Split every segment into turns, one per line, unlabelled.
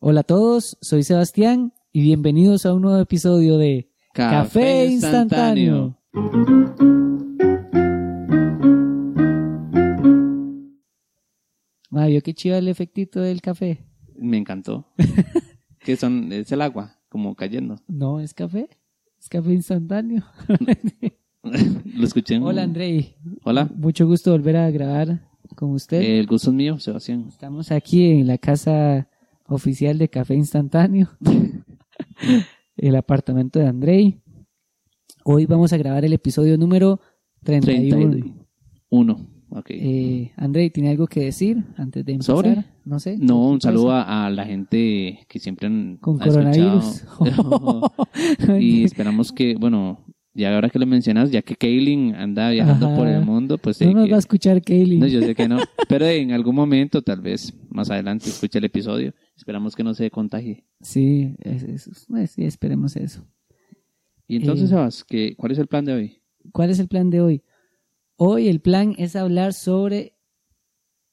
Hola a todos, soy Sebastián y bienvenidos a un nuevo episodio de Café, Instantáneo. Ma, vio qué chiva el efectito del café.
Me encantó. que son, es el agua, como cayendo.
No, es café. Es café instantáneo.
Lo escuché. en-
Hola Andrei,
Hola.
mucho gusto volver a grabar con usted.
Ah. Eh, el gusto es mío, Sebastián.
Estamos aquí en la casa oficial de Café Instantáneo, el apartamento de Andrei. Hoy vamos a grabar el episodio número 31.
31. Ok.
Eh, Andrei, ¿tiene algo que decir antes de empezar?
¿Sobre?
No sé.
no, un
cualquier
saludo
cosa.
a, a la gente que siempre han
Con
ha
coronavirus.
escuchado. y esperamos que, bueno, ya ahora que lo mencionas, ya que Kaylin anda viajando
Ajá.
por el mundo, pues... eh,
no nos
que-
va a escuchar Kaylee.
No, yo sé que no. Pero en algún momento, tal vez más adelante, escuche el episodio. Esperamos que no se contagie.
Sí, es- es- pues, sí, esperemos eso.
Y entonces,
Eh.
Sebas, ¿qué- ¿cuál es el plan de hoy?
¿Cuál es el plan de hoy? Hoy el plan es hablar sobre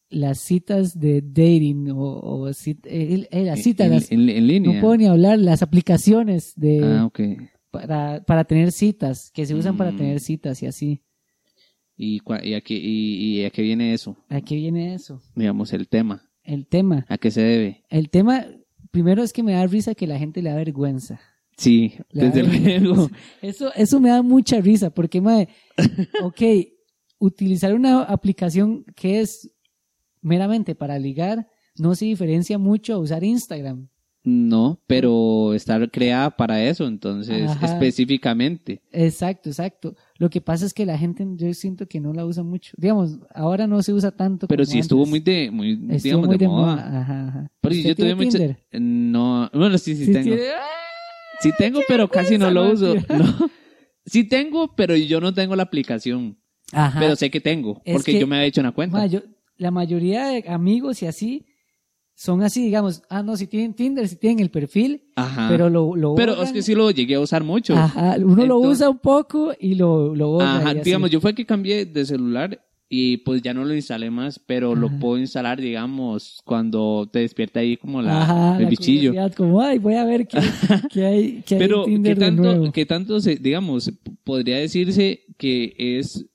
las citas de dating o, o cit- eh, eh, las citas,
en,
las-
en- en línea.
no puedo ni hablar, las aplicaciones de
Ah, ok.
para, para tener citas, que se usan para
Mm.
tener citas y así.
¿Y, cua- y, a qué, y, y a qué viene eso?
¿A qué viene eso?
Digamos, el tema.
El tema.
¿A qué se debe?
El tema, primero es que me da risa que la gente le da vergüenza.
Sí,
La-
desde luego.
Eso, eso me da mucha risa, porque, madre, ok, utilizar una aplicación que es meramente para ligar no se diferencia mucho a usar Instagram.
No, pero está creada para eso, entonces,
Ajá.
específicamente.
Exacto, exacto. Lo que pasa es que la gente, yo siento que no la usa mucho. Digamos, ahora no se usa tanto.
Pero
como
sí estuvo
antes.
muy de, muy,
Estuvo
digamos,
muy
de, moda.
Ajá, ajá.
Pero
¿Usted
yo tuve
tiene
mucha-
Tinder?
No, bueno, sí, sí,
Sí,
tengo.
tiene- ¡Ah!
Sí tengo, pero casi no lo
vergüenza,
uso.
Marcia.
No. Sí tengo, pero yo no tengo la aplicación.
Ajá.
Pero sé que tengo,
Es
porque
que-
yo me había hecho una cuenta.
Ma, yo- la mayoría de amigos y así son así, digamos, ah, no, si tienen Tinder, si tienen el perfil,
Ajá.
pero lo, lo
Ah. Pero
borran.
es que sí lo llegué a usar mucho.
Ajá, uno lo
Entonces-
usa un poco y lo, lo borra
Ajá,
y así.
digamos, yo fue que cambié de celular y pues ya no lo instalé más, pero
Ajá.
lo puedo instalar, digamos, cuando te despierta ahí como la,
Ajá,
el
la
bichillo.
curiosidad, como, ay, voy a ver qué, qué hay, qué hay
Pero,
en
¿qué
Tinder de nuevo.
tanto, qué tanto se, digamos, p- podría decirse que es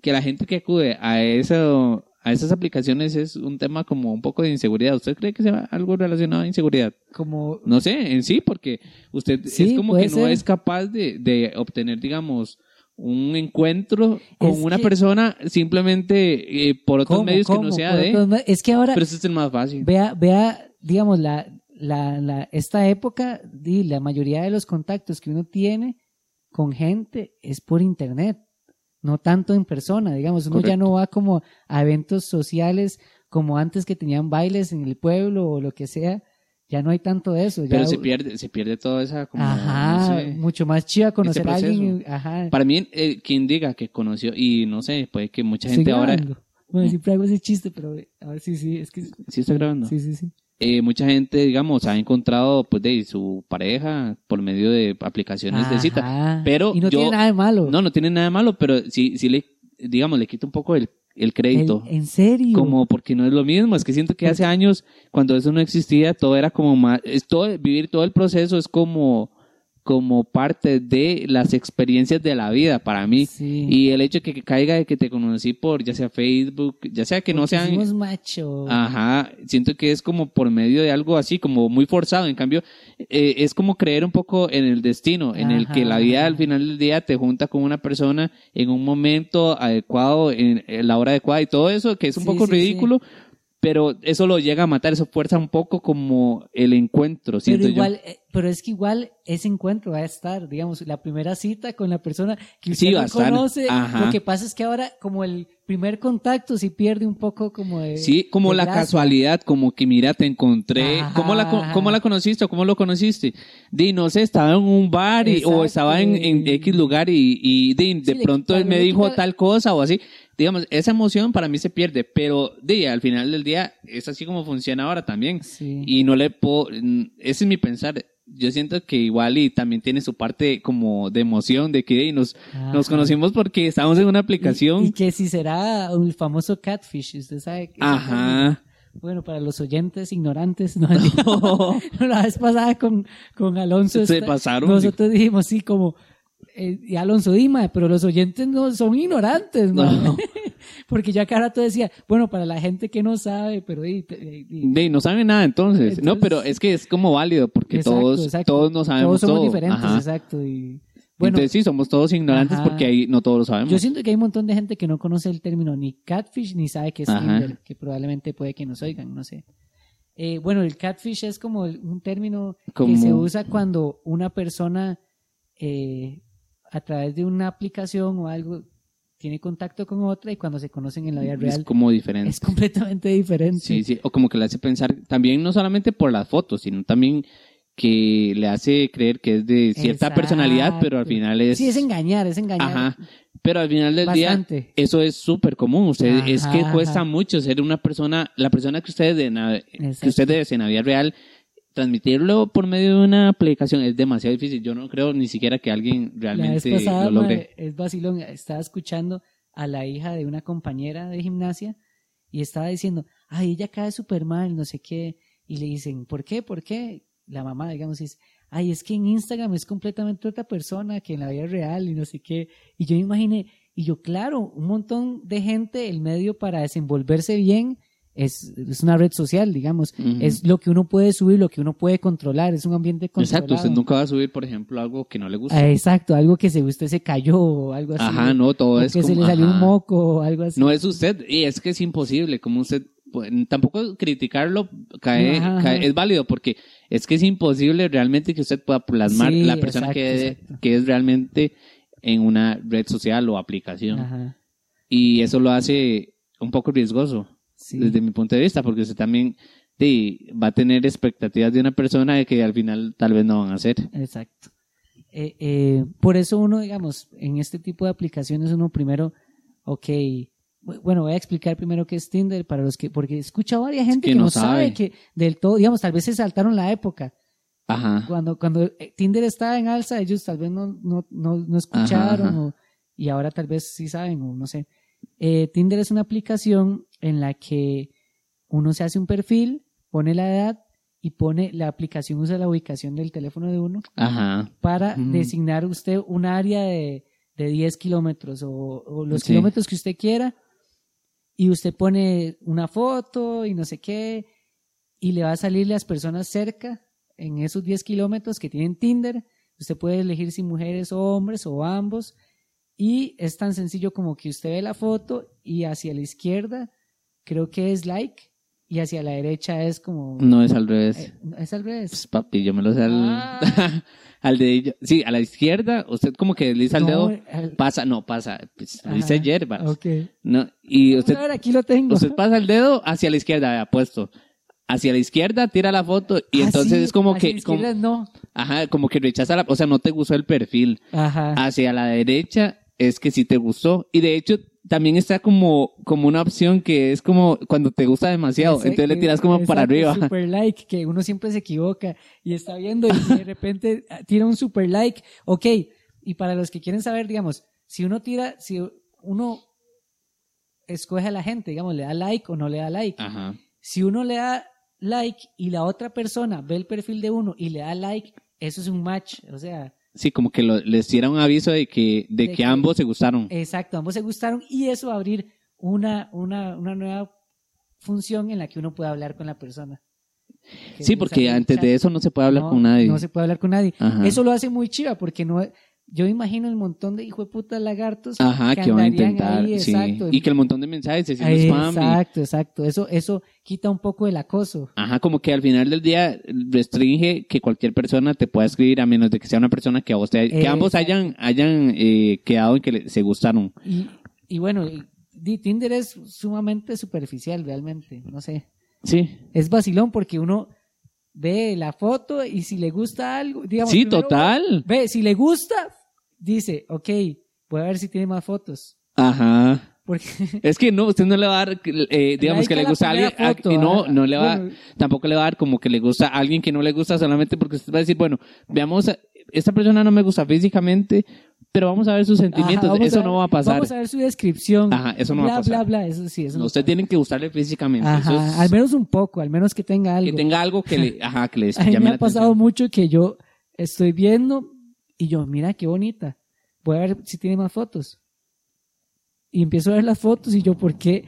que la gente que acude a eso, a esas aplicaciones es un tema como un poco de inseguridad? ¿Usted cree que sea algo relacionado a inseguridad?
Como,
No sé, en sí, porque usted
Sí,
es como
puede
que no
ser.
es capaz de, de obtener, digamos, un encuentro con
Es
una
que-
persona simplemente eh, por otros
¿cómo,
medios que
cómo?
no sea
Por
de...
otros me- Es que ahora,
Pero ese es el más fácil.
vea, vea, digamos, la, la, la, esta época, di, la mayoría de los contactos que uno tiene con gente es por internet, no tanto en persona, digamos, uno ya
Correcto.
no va como a eventos sociales como antes que tenían bailes en el pueblo o lo que sea, ya no hay tanto de eso.
Pero
ya-
se pierde, se pierde toda esa... Como,
ajá,
no sé.
mucho más chido conocer a
proceso.
alguien, ajá.
Para mí, eh, quien diga que conoció, y no sé, puede que mucha
Estoy
gente ahora... ¿Mm?
grabando. Bueno, siempre hago ese chiste, pero a ver, sí, sí, es que
¿Sí está grabando?
sí, sí, sí.
Eh, mucha gente, digamos, ha encontrado pues de su pareja por medio de aplicaciones de cita.
Ajá.
Pero
y no
yo-
tiene nada de malo.
No, no tiene nada de malo, pero sí, sí le, digamos, le quita un poco el, el crédito.
El- en serio.
como porque no es lo mismo, es que siento que hace años cuando eso no existía todo era como más, es todo, vivir todo el proceso es como, como parte de las experiencias de la vida para mí
Sí.
y el hecho que, que caiga de que te conocí por ya sea Facebook, ya sea que no
Porque
sean Ah,
somos macho.
Ajá, siento que es como por medio de algo así, como muy forzado. En cambio, eh, es como creer un poco en el destino, en el que la vida
Ajá.
al final del día te junta con una persona en un momento adecuado, en, en la hora adecuada y todo eso, que es un
Sí,
poco
sí,
ridículo, pero eso lo llega a matar, eso fuerza un poco como el encuentro, siento
pero
yo.
igual, eh, pero es que igual ese encuentro va a estar, digamos, la primera cita con la persona que usted
Sí, va
no
a estar.
conoce.
Ajá.
Lo que pasa es que ahora como el primer contacto sí pierde un poco como de
Sí, como
de
la
gracia.
casualidad, como que mira, te encontré.
Ajá.
¿Cómo la, co- ¿Cómo la conociste o cómo lo conociste? Di, no sé, estaba en un bar y-
Exacto.
o estaba en, en X lugar y, y di, de
le
pronto
quita-
él me
le
dijo
quita-
tal cosa o así. Digamos, esa emoción para mí se pierde, pero di, al final del día es así como funciona ahora también.
Sí.
Y no le puedo, mm, ese es mi pensar. Yo siento que igual y también tiene su parte como de emoción, de que di, nos, nos
Ajá.
conocimos porque estábamos en una aplicación.
Y, y que si será el famoso catfish, usted sabe. que-
Ajá.
Bueno, para los oyentes ignorantes, no, la vez pasada con, con Alonso.
Se
esta-
pasaron.
Nosotros dijimos, sí, como, eh, y Alonso Dima, pero los oyentes no son ignorantes,
No.
mae. Porque yo acá rato decía, bueno, para la gente que no sabe, pero y- y- y-
De, no saben nada entonces. No,
Entonces-
pero es que es como válido porque
Exacto,
todos
exacto.
todos no
todos
sabemos
somos
todo.
diferentes,
Ajá.
exacto. Y, bueno,
entonces sí, somos todos ignorantes
Ajá.
porque ahí no todos lo sabemos.
yo siento que hay un montón de gente que no conoce el término ni catfish ni sabe qué es
Ajá.
Tinder, que probablemente puede que nos oigan, no sé. Eh, bueno, el catfish es como el- un término
Como-
que se usa cuando una persona eh, a través de una aplicación o algo tiene contacto con otra y cuando se conocen en la vida
es
real
como diferente.
es completamente diferente.
Sí, sí, o como que le hace pensar, también no solamente por las fotos, sino también que le hace creer que es de cierta
Exacto.
personalidad, pero al final es...
Sí, es engañar, es engañar.
Ajá, pero al final del día
bastante.
eso es súper común, usted, es que
Ajá.
cuesta mucho ser una persona, la persona que usted, de, na- que
Exacto.
usted es en la vida real, transmitirlo por medio de una aplicación es demasiado difícil, yo no creo ni siquiera que alguien realmente
la vez pasada,
lo logre.
mae, es vacilón, estaba escuchando a la hija de una compañera de gimnasia y estaba diciendo, ay, ella cae súper mal, no sé qué. Y le dicen, ¿por qué? ¿Por qué? La mamá, digamos, dice, ay, es que en Instagram es completamente otra persona que en la vida real y no sé qué. Y yo me imaginé, y yo, claro, un montón de gente, el medio para desenvolverse bien es, es una red social, digamos.
Ujú.
Es lo que uno puede subir, lo que uno puede controlar, es un ambiente controlado.
Exacto, usted nunca va a subir, por ejemplo, algo que no le gusta.
Ah, Exacto, algo que se usted se cayó o algo así.
Ajá, no, todo
O
es
que se
como-
le salió
ajá.
un moco o algo así.
No es usted, y es que es imposible, como usted, pues, tampoco criticarlo cae,
Ajá,
cae-
ajá.
es válido, porque es que es imposible realmente que usted pueda plasmar
Sí,
la persona que,
exacto, exacto.
que es realmente en una red social o aplicación.
Ajá,
Y eso lo hace un poco riesgoso,
sí.
desde mi punto de vista, porque usted también sí, va a tener expectativas de una persona de que al final tal vez no van a hacer.
Exacto. Eh, eh, por eso uno, digamos, en este tipo de aplicaciones uno primero, ok, bu- bueno, voy a explicar primero qué es Tinder para los que, porque escucha a varias gente
que
que,
no
no sabe.
sabe.
que del todo, digamos, tal vez se saltaron la época.
Ajá.
Cuando, cuando eh, Tinder estaba en alza, ellos tal vez no, no, no, no escucharon
ajá.
o- y ahora tal vez sí saben o no sé. Eh, Tinder es una aplicación en la que uno se hace un perfil, pone la edad y pone la aplicación usa la ubicación del teléfono de uno
Ajá.
para
Mm.
designar usted un área de, de 10 kilómetros o, o los
Sí.
kilómetros que usted quiera y usted pone una foto y no sé qué y le va a salir las personas cerca en esos 10 kilómetros que tienen Tinder. Usted puede elegir si mujeres o hombres o ambos y es tan sencillo como que usted ve la foto y hacia la izquierda creo que es like y hacia la derecha es como...
No es al revés.
Eh, es al revés.
Pues, papi, yo me lo sé al,
Ah.
al dedillo. Sí, a la izquierda, usted como que desliza el
No,
dedo.
al-
Pasa, no, pasa. Pues, lo
Ajá.
hice ayer, varas.
Ok.
No, y usted,
Vamos a ver, aquí lo tengo.
usted pasa el dedo hacia la izquierda, apuesto. Hacia la izquierda, tira la foto y
Ah,
entonces
sí,
es como
hacia
que,
la izquierda no.
como- ajá, como que rechaza la, o sea, no te gustó el perfil.
Ajá.
Hacia la derecha es que sí te gustó. Y de hecho, también está como, como una opción que es como cuando te gusta demasiado,
Ese-
entonces le tiras como
exacto,
para arriba.
Super like, que uno siempre se equivoca y está viendo y de repente ah, tira un super like. Ok, y para los que quieren saber, digamos, si uno tira, si uno escoge a la gente, digamos, le da like o no le da like.
Ajá.
Si uno le da like y la otra persona ve el perfil de uno y le da like, eso es un match. O sea,
Sí, como que lo- les diera un aviso de que, de,
De
que,
que-
ambos se gustaron.
Exacto, ambos se gustaron y eso va a abrir una, una, una nueva función en la que uno puede hablar con la persona. Que
Sí,
es
porque
usar el
antes
chat.
de eso no se puede hablar
No,
con nadie.
No se puede hablar con nadie.
Ajá.
Eso lo hace muy chiva porque no yo imagino el montón de hijo de puta lagartos
Ajá, que van a
andarían
intentar.
ahí,
sí.
exacto. Ah,
Y que el montón de mensajes se sienten spam. y-
Exacto, exacto. Eso, eso quita un poco el acoso.
ajá, como que al final del día restringe que cualquier persona te pueda escribir a menos de que sea una persona que a vos te- que
Eh,
ambos
exacto.
hayan, hayan eh, quedado en que le- se gustaron.
Y, y bueno, y- y Tinder es sumamente superficial realmente, no sé.
Sí.
es vacilón porque uno ve la foto y si le gusta algo, digamos.
sí,
primero
total.
Ve, si le gusta, dice, ok, voy a ver si tiene más fotos.
Ajá.
Porque,
Es que no, usted no le va a dar, eh, digamos
Like
que
a
le
la
gusta a alguien,
primera
a-
foto,
y no,
ah,
no le va,
bueno.
tampoco le va a dar como que le gusta a alguien que no le gusta solamente porque usted va a decir, bueno, veamos, esta persona no me gusta físicamente, Pero vamos a ver sus sentimientos.
Ajá, vamos
eso
a ver-
no va a pasar.
Vamos a ver su descripción.
Ajá, eso no
bla,
va a
Bla,
pasar.
bla, eso sí, eso
No,
no
usted
pasa.
tiene que gustarle físicamente. Eso es-
Ajá, al menos un poco, al menos que tenga algo.
que tenga algo que le, ajá, que le
A mí
llame
me
la
ha pasado
atención.
mucho que yo estoy viendo y yo, mira qué bonita. Voy a ver si tiene más fotos. Y empiezo a ver las fotos y yo, ¿por qué?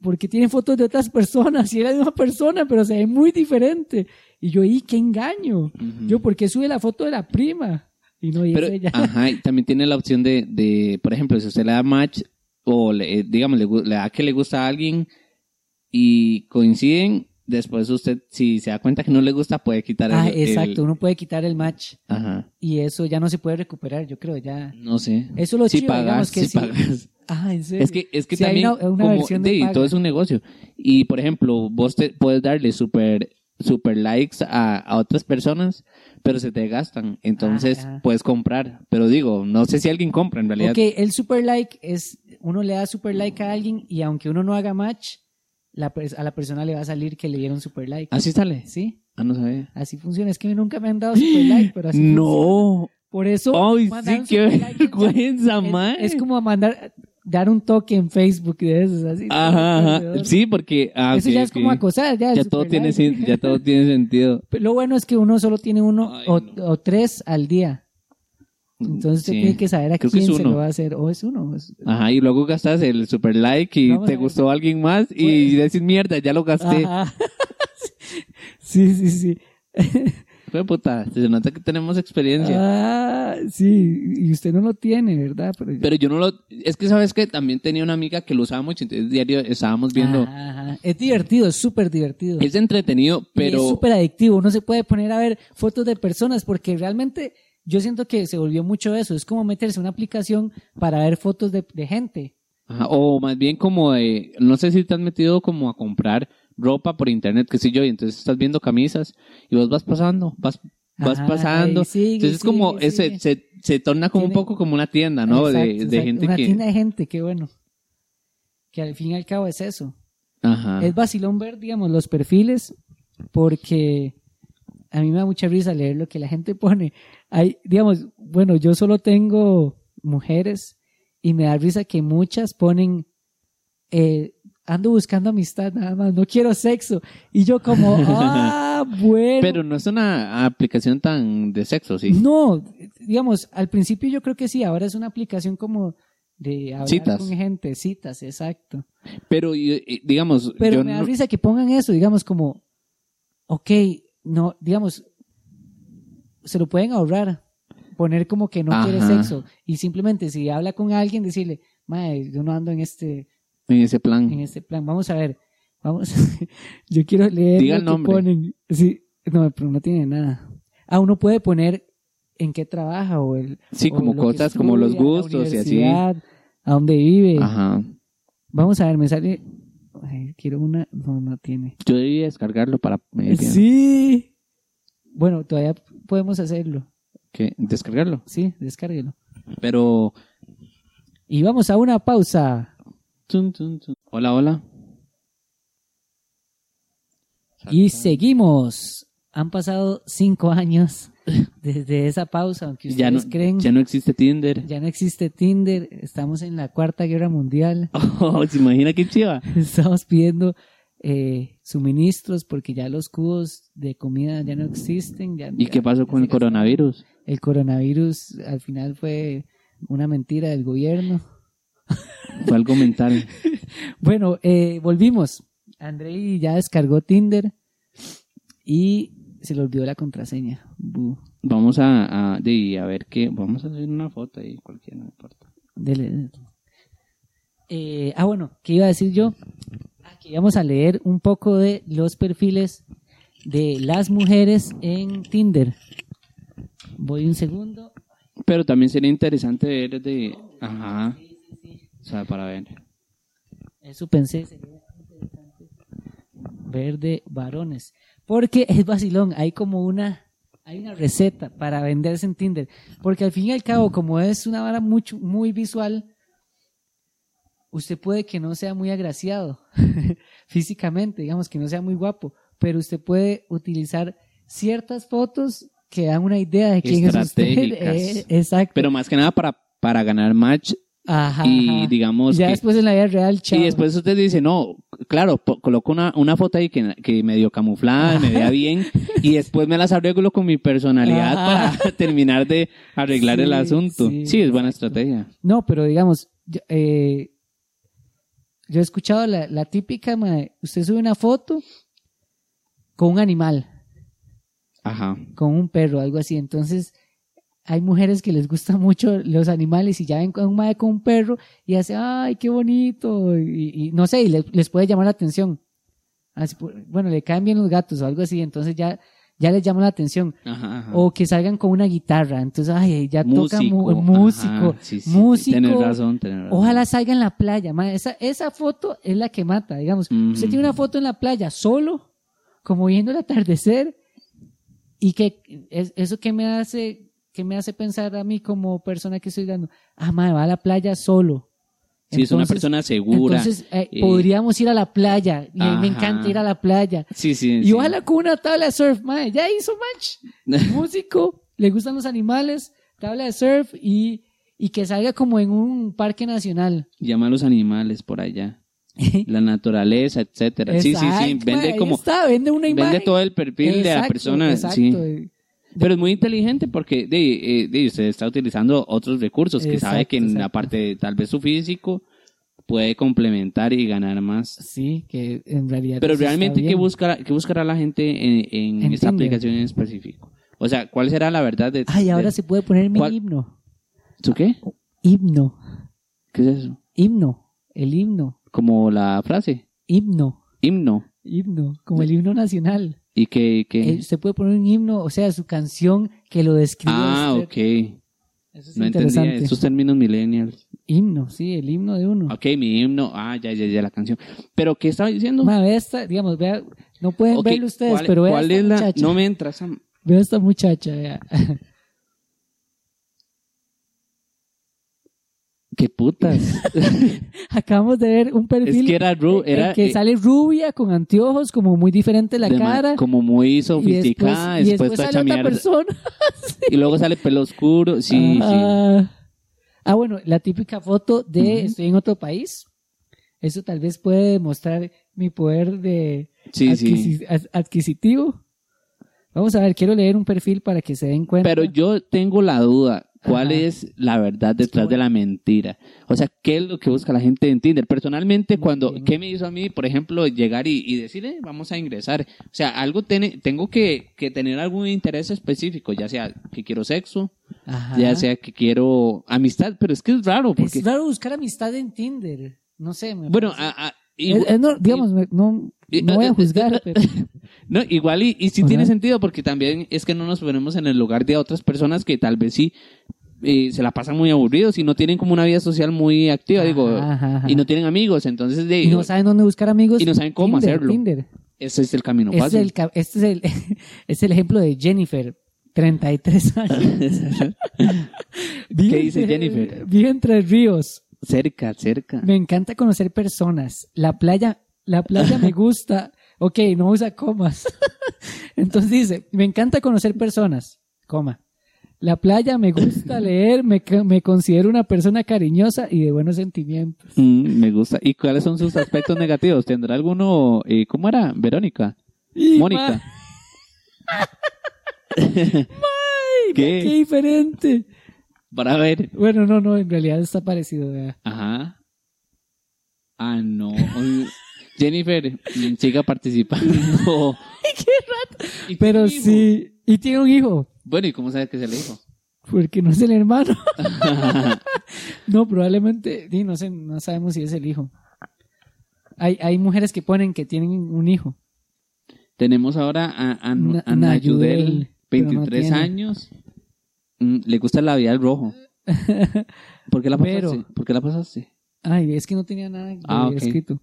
Porque tiene fotos de otras personas. Si era de una persona, pero se ve muy diferente. Y yo, ¿y qué engaño?
Ujú.
Yo, ¿por qué sube la foto de la prima? Y no, y es
Mm. Pero, ah,
ella.
ajá, y también tiene la opción de, de, por ejemplo, si usted le da match o, le, eh, digamos, le, gu- le da que le gusta a alguien y coinciden, después usted, si se da cuenta que no le gusta, puede quitar el-
Ah,
el-
exacto. Uno puede quitar el match
ajá,
y eso ya no se puede recuperar, yo creo, ya.
no sé.
Eso es lo
si
chido, digamos
pagas,
que
si
sí.
pagas.
Ah, en serio.
Es que, es que
Sí, hay
también,
una- una
como-
versión de
sí,
paga.
todo es un negocio. Y, por ejemplo, vos te puedes darle super, super likes a, a otras personas, pero se te gastan. Entonces,
Ajá.
puedes comprar. Pero digo, no sé si alguien compra en realidad.
Ah, Ok, el super like es, uno le da super like a alguien y aunque uno no haga match, la pers- a la persona le va a salir que le dieron super like.
Así sale.
Sí,
Ah, no sabía.
así funciona. Es que nunca me han dado super like, pero así funciona.
No.
Por eso
Ay,
mandar
sí,
un
qué
super like,
vergüenza, man.
es, es como mandar, dar un toque en Facebook de esos, así.
Ajá, ajá. Sí, porque. ah,
Eso
ok,
ya es
ok.
como acosar, ya. el
Ya todo,
super
tiene,
like.
sen- ya todo tiene sentido.
Pero Lo bueno es que uno solo tiene uno
Ay,
o,
no.
o tres al día. Entonces usted
Sí.
tiene que saber a
Creo que
quién
es
se
uno.
lo va a hacer. O es uno. o es-
Ajá, y luego gastas el super like y
Vamos a
te
ver.
gustó alguien más y decís mierda, ya lo gasté.
Ajá. sí, sí, sí.
Hijo de puta, se nota que tenemos experiencia.
Ah, sí, y usted no lo tiene, ¿verdad? Pero,
Pero yo no lo. Es que sabes que también tenía una amiga que lo usaba mucho, entonces diario estábamos viendo.
Ajá. Es divertido, es súper divertido.
Es entretenido,
Ah. Y Es
pero.
súper adictivo. Uno se puede poner a ver fotos de personas porque realmente yo siento que se volvió mucho eso. Es como meterse a una aplicación para ver fotos de, de gente.
Ajá, o más bien como de, no sé si te has metido como a comprar ropa por internet, qué sé yo, y entonces estás viendo camisas y vos vas pasando, vas, vas
Ajá,
pasando.
y sigue,
entonces es
sigue,
como,
sigue.
es- se, se, se torna como un
Tiene-
poco como una tienda, Ah, ¿no? de,
Exacto,
de
exacto.
gente
Una
que...
tienda de gente, qué bueno. Que al fin y al cabo es eso.
Ajá.
Es vacilón ver, digamos, los perfiles, porque a mí me da mucha risa leer lo que la gente pone. Hay, digamos, bueno, yo solo tengo mujeres y me da risa que muchas ponen, eh, ando buscando amistad nada más, no quiero sexo. Y yo como, ah, bueno.
Pero no es una aplicación tan de sexo, ¿sí?
No, digamos, al principio yo creo que sí, ahora es una aplicación como de hablar
Citas.
con gente, citas, exacto.
Pero, y- y, digamos,
Pero
yo
me da
no-
risa que pongan eso, digamos, como, ok, no, digamos, se lo pueden ahorrar, poner como que no quiere
Ajá.
sexo, y simplemente si habla con alguien, decirle, madre, yo no ando en este,
en ese plan.
en este plan, vamos a ver, vamos, yo quiero leer
Diga el
lo que
nombre.
ponen, sí, no, pero no tiene nada. Ah, uno puede poner en qué trabaja o el...
Sí,
o
como
lo que
cosas, como los
estudia, la
gustos y así.
universidad, A dónde vive.
Ajá.
Vamos a ver, me sale... ay, quiero una... No, no tiene.
Yo debía descargarlo para... medir bien.
Sí. Bueno, todavía podemos hacerlo.
¿Qué? Descargarlo.
Sí, descárguelo.
Pero...
Y vamos a una pausa.
tun, tun, tun. Hola, hola.
Y seguimos. Han pasado cinco años desde esa pausa, aunque ustedes
ya no,
creen.
ya no existe Tinder.
ya no existe Tinder. Estamos en la cuarta guerra mundial.
Oh, se imagina qué chiva.
Estamos pidiendo eh, suministros porque ya los cubos de comida ya no existen. ya-
¿Y
ya-
qué pasó
ya
con
se
el coronavirus?
gastaron. El coronavirus al final fue una mentira del gobierno.
Fue algo mental.
Bueno, eh, volvimos. Andrei ya descargó Tinder y se le olvidó la contraseña. Bu.
Vamos a, a, de- a ver qué. Vamos a hacer una foto ahí, cualquiera, no importa.
Dele. Eh, ah, bueno, ¿qué iba a decir yo? Aquí vamos a leer un poco de los perfiles de las mujeres en Tinder. Voy un segundo.
Pero también sería interesante ver de. Ajá. O sea, para ver.
Eso pensé, sería interesante ver de varones. Porque es vacilón, hay como una, hay una receta para venderse en Tinder. Porque al fin y al cabo, como es una vara mucho, muy visual, usted puede que no sea muy agraciado físicamente, digamos que no sea muy guapo, pero usted puede utilizar ciertas fotos que dan una idea de quién es usted.
Estratégicas.
Eh, exacto.
Pero más que nada para para ganar match
Ajá.
y
ajá.
digamos
ya
que-
después en la vida real, chao.
Y después usted dice, no, claro, po- coloco una, una foto ahí que, que medio camuflada, me vea bien, y después me las arreglo con mi personalidad
Ajá.
para terminar de arreglar
Sí,
el asunto.
sí,
Sí, es buena
exacto.
estrategia.
No, pero digamos, yo, eh, yo he escuchado la, la típica, mae, usted sube una foto con un animal,
Ajá.
con un perro, algo así. Entonces, hay mujeres que les gustan mucho los animales y ya ven a un mae con un perro y hace, ay, qué bonito, y, y no sé, y le- les puede llamar la atención. Así, por- bueno, le caen bien los gatos o algo así, entonces ya, ya les llama la atención.
Ajá. ajá.
O que salgan con una guitarra, entonces, ay, Oh, ya toca mu-
ajá,
músico.
sí, sí,
músico.
Tienes razón, tienes razón.
Ojalá salga en la playa, ma. Esa, esa foto es la que mata, digamos.
Ujú.
Usted tiene una foto en la playa solo, como viendo el atardecer, y que es- eso que me hace, que me hace pensar a mí como persona que estoy dando, ah, ma, va a la playa solo.
Si es una
Entonces-
persona segura.
Entonces, eh,
eh,
podríamos ir a la playa, y a mí me
ajá.
encanta ir a la playa.
sí, sí.
Y
sí.
ojalá con una tabla de surf, ma, ya hizo match músico, le gustan los animales, tabla de surf y, y que salga como en un parque nacional.
Llama a los animales por allá. La naturaleza, etcétera. Sí, sí, sí.
Exacto,
Vende
ahí
como.
está, vende una imagen.
Vende todo el perfil de la
Exacto,
persona.
exacto.
sí. Pero es muy inteligente porque de, eh, de, usted está utilizando otros recursos que sabe
Exacto,
que en la
exacto.
parte de tal vez su físico puede complementar y ganar más.
Sí, que en realidad.
Pero
eso está
realmente, ¿qué
bien.
buscará, qué buscará la gente en, en
En
esta
Tinder.
aplicación en específico? O sea, ¿cuál será la verdad de...
Ay, ahora
de-
se puede poner mi
Eh, ¿Cuál?
himno.
¿Su qué?
Himno.
¿Qué es eso?
Himno. El himno.
Como la frase,
Himno.
himno.
Himno. Como el himno nacional.
¿Y que... que...
Eh, Usted puede poner un himno, o sea, su canción que lo describe.
ah,
a usted.
ok.
Eso es
No entendía
interesante.
esos términos millennials.
Himno, sí, el himno de uno.
Ok, mi himno. Ah, ya, ya, ya la canción. ¿Pero qué estaba diciendo?
Ma, ve esta, digamos, vea, no pueden
Ok,
verlo ustedes,
¿cuál-
pero vea
cuál
esta
es la-
muchacha.
No me entras a...
Vea esta muchacha, vea.
¡Qué putas!
Acabamos de ver un perfil
es que era... Ru,
en
era
que
eh,
sale rubia, con anteojos, como muy diferente la
de ma-
cara.
Como muy
Y después,
sofisticada,
y
después,
después
toda
sale
hecha
otra
mierda.
persona.
Y luego sale pelo oscuro. Sí,
Ah, ah, bueno, la típica foto de
Ujú.
estoy en otro país. Eso tal vez puede demostrar mi poder de
sí. Sí, sí.
adquisi- ad- adquisitivo. Vamos a ver, quiero leer un perfil para que se den cuenta.
Pero yo tengo la duda. ¿Cuál
Ajá.
es la verdad detrás
como-
de la mentira? O sea, ¿qué es lo que busca la gente en Tinder? Personalmente,
Muy
cuando...
bien.
¿Qué me hizo a mí, por ejemplo, llegar y, y decir, "Eh, vamos a ingresar? O sea, algo tiene- tengo que, que tener algún interés específico, ya sea que quiero sexo,
Ajá.
ya sea que quiero amistad, pero es que es raro porque...
Es raro buscar amistad en Tinder. No sé. me
Bueno,
parece.
a- a-
Es- es
igu-
no- digamos, me- no,
y- eh,
no voy a juzgar, pero
no, igual y, y sí
Ajá.
tiene sentido porque también es que no nos ponemos en el lugar de otras personas que tal vez sí eh, se la pasan muy aburridos y no tienen como una vida social muy activa, digo,
Ajá, ajá.
y no tienen amigos, entonces de,
y no saben dónde buscar amigos.
y no saben cómo
Tinder,
hacerlo.
Tinder.
ese es el camino
Este es
fácil.
el, ca- este es el, es el ejemplo de Jennifer, 33 años.
¿Qué dice Jennifer?
Vive en Tres Ríos.
Cerca, cerca.
Me encanta conocer personas. La playa, la playa me gusta. Ok, no usa comas. Entonces dice, me encanta conocer personas, coma. La playa me gusta leer, me, c- me considero una persona cariñosa y de buenos sentimientos.
Mm, me gusta. ¿Y cuáles son sus aspectos negativos? ¿Tendrá alguno? eh, ¿Cómo era? Verónica.
Y,
Mónica.
ma-
¿Qué?
Qué diferente.
Para ver.
Bueno, no, no, en realidad está parecido. vea.
Ajá. Ah, no. Oye, Jennifer, mm, siga participando. ¿Y
Pero
tiene un hijo?
sí, y tiene un hijo,
Bueno, ¿y cómo sabes que se le dijo?
porque no es el hermano. no, probablemente, di, no sé, no sabemos si es el hijo. Hay, hay mujeres que ponen que tienen un hijo.
Tenemos ahora a, a, Nu-
Na-
a Nayudel,
Nayudel, pero no
23
tiene.
años. Mm, le gusta el labial rojo. ¿Por qué la pasaste?
Pero-
¿Por qué la pasaste?
Ay, es que no tenía nada
Ah,
de
ok.
escrito.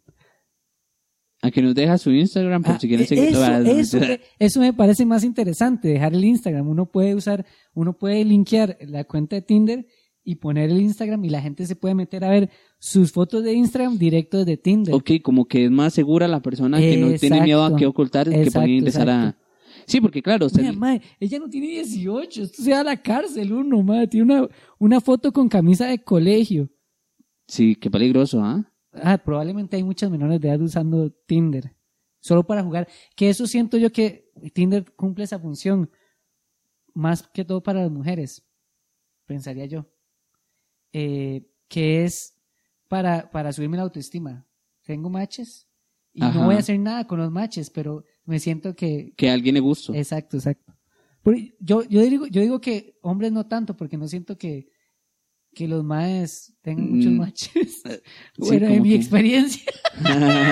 A que nos deja su Instagram por
Ah,
si quieren
eso,
seguir.
eso me- eso me parece más interesante, dejar el Instagram. Uno puede usar, uno puede linkear la cuenta de Tinder y poner el Instagram y la gente se puede meter a ver sus fotos de Instagram directo de Tinder.
Ok, como que es más segura la persona que no tiene
Exacto.
miedo a que ocultar que
Exacto,
pueden empezar a...
exacto.
Sí, porque claro, usted-
Mira, mae, ella no tiene 18, esto se da a la cárcel uno, mae. Tiene una, una foto con camisa de colegio.
sí, qué peligroso, ¿ah?
Ah, probablemente hay muchas menores de edad usando Tinder. Solo para jugar. Que eso siento yo que Tinder cumple esa función. Más que todo para las mujeres. Pensaría yo. Eh, que es para, para subirme la autoestima. Tengo matches. Y
Ajá.
no voy a hacer nada con los matches, pero me siento que.
Que a alguien le gustó.
Exacto, exacto. Pero yo, yo, digo, yo digo que hombres no tanto, porque no siento que, que los maes tengan muchos
Mm.
matches.
Sí,
Bueno, en
como
mi
que-
experiencia.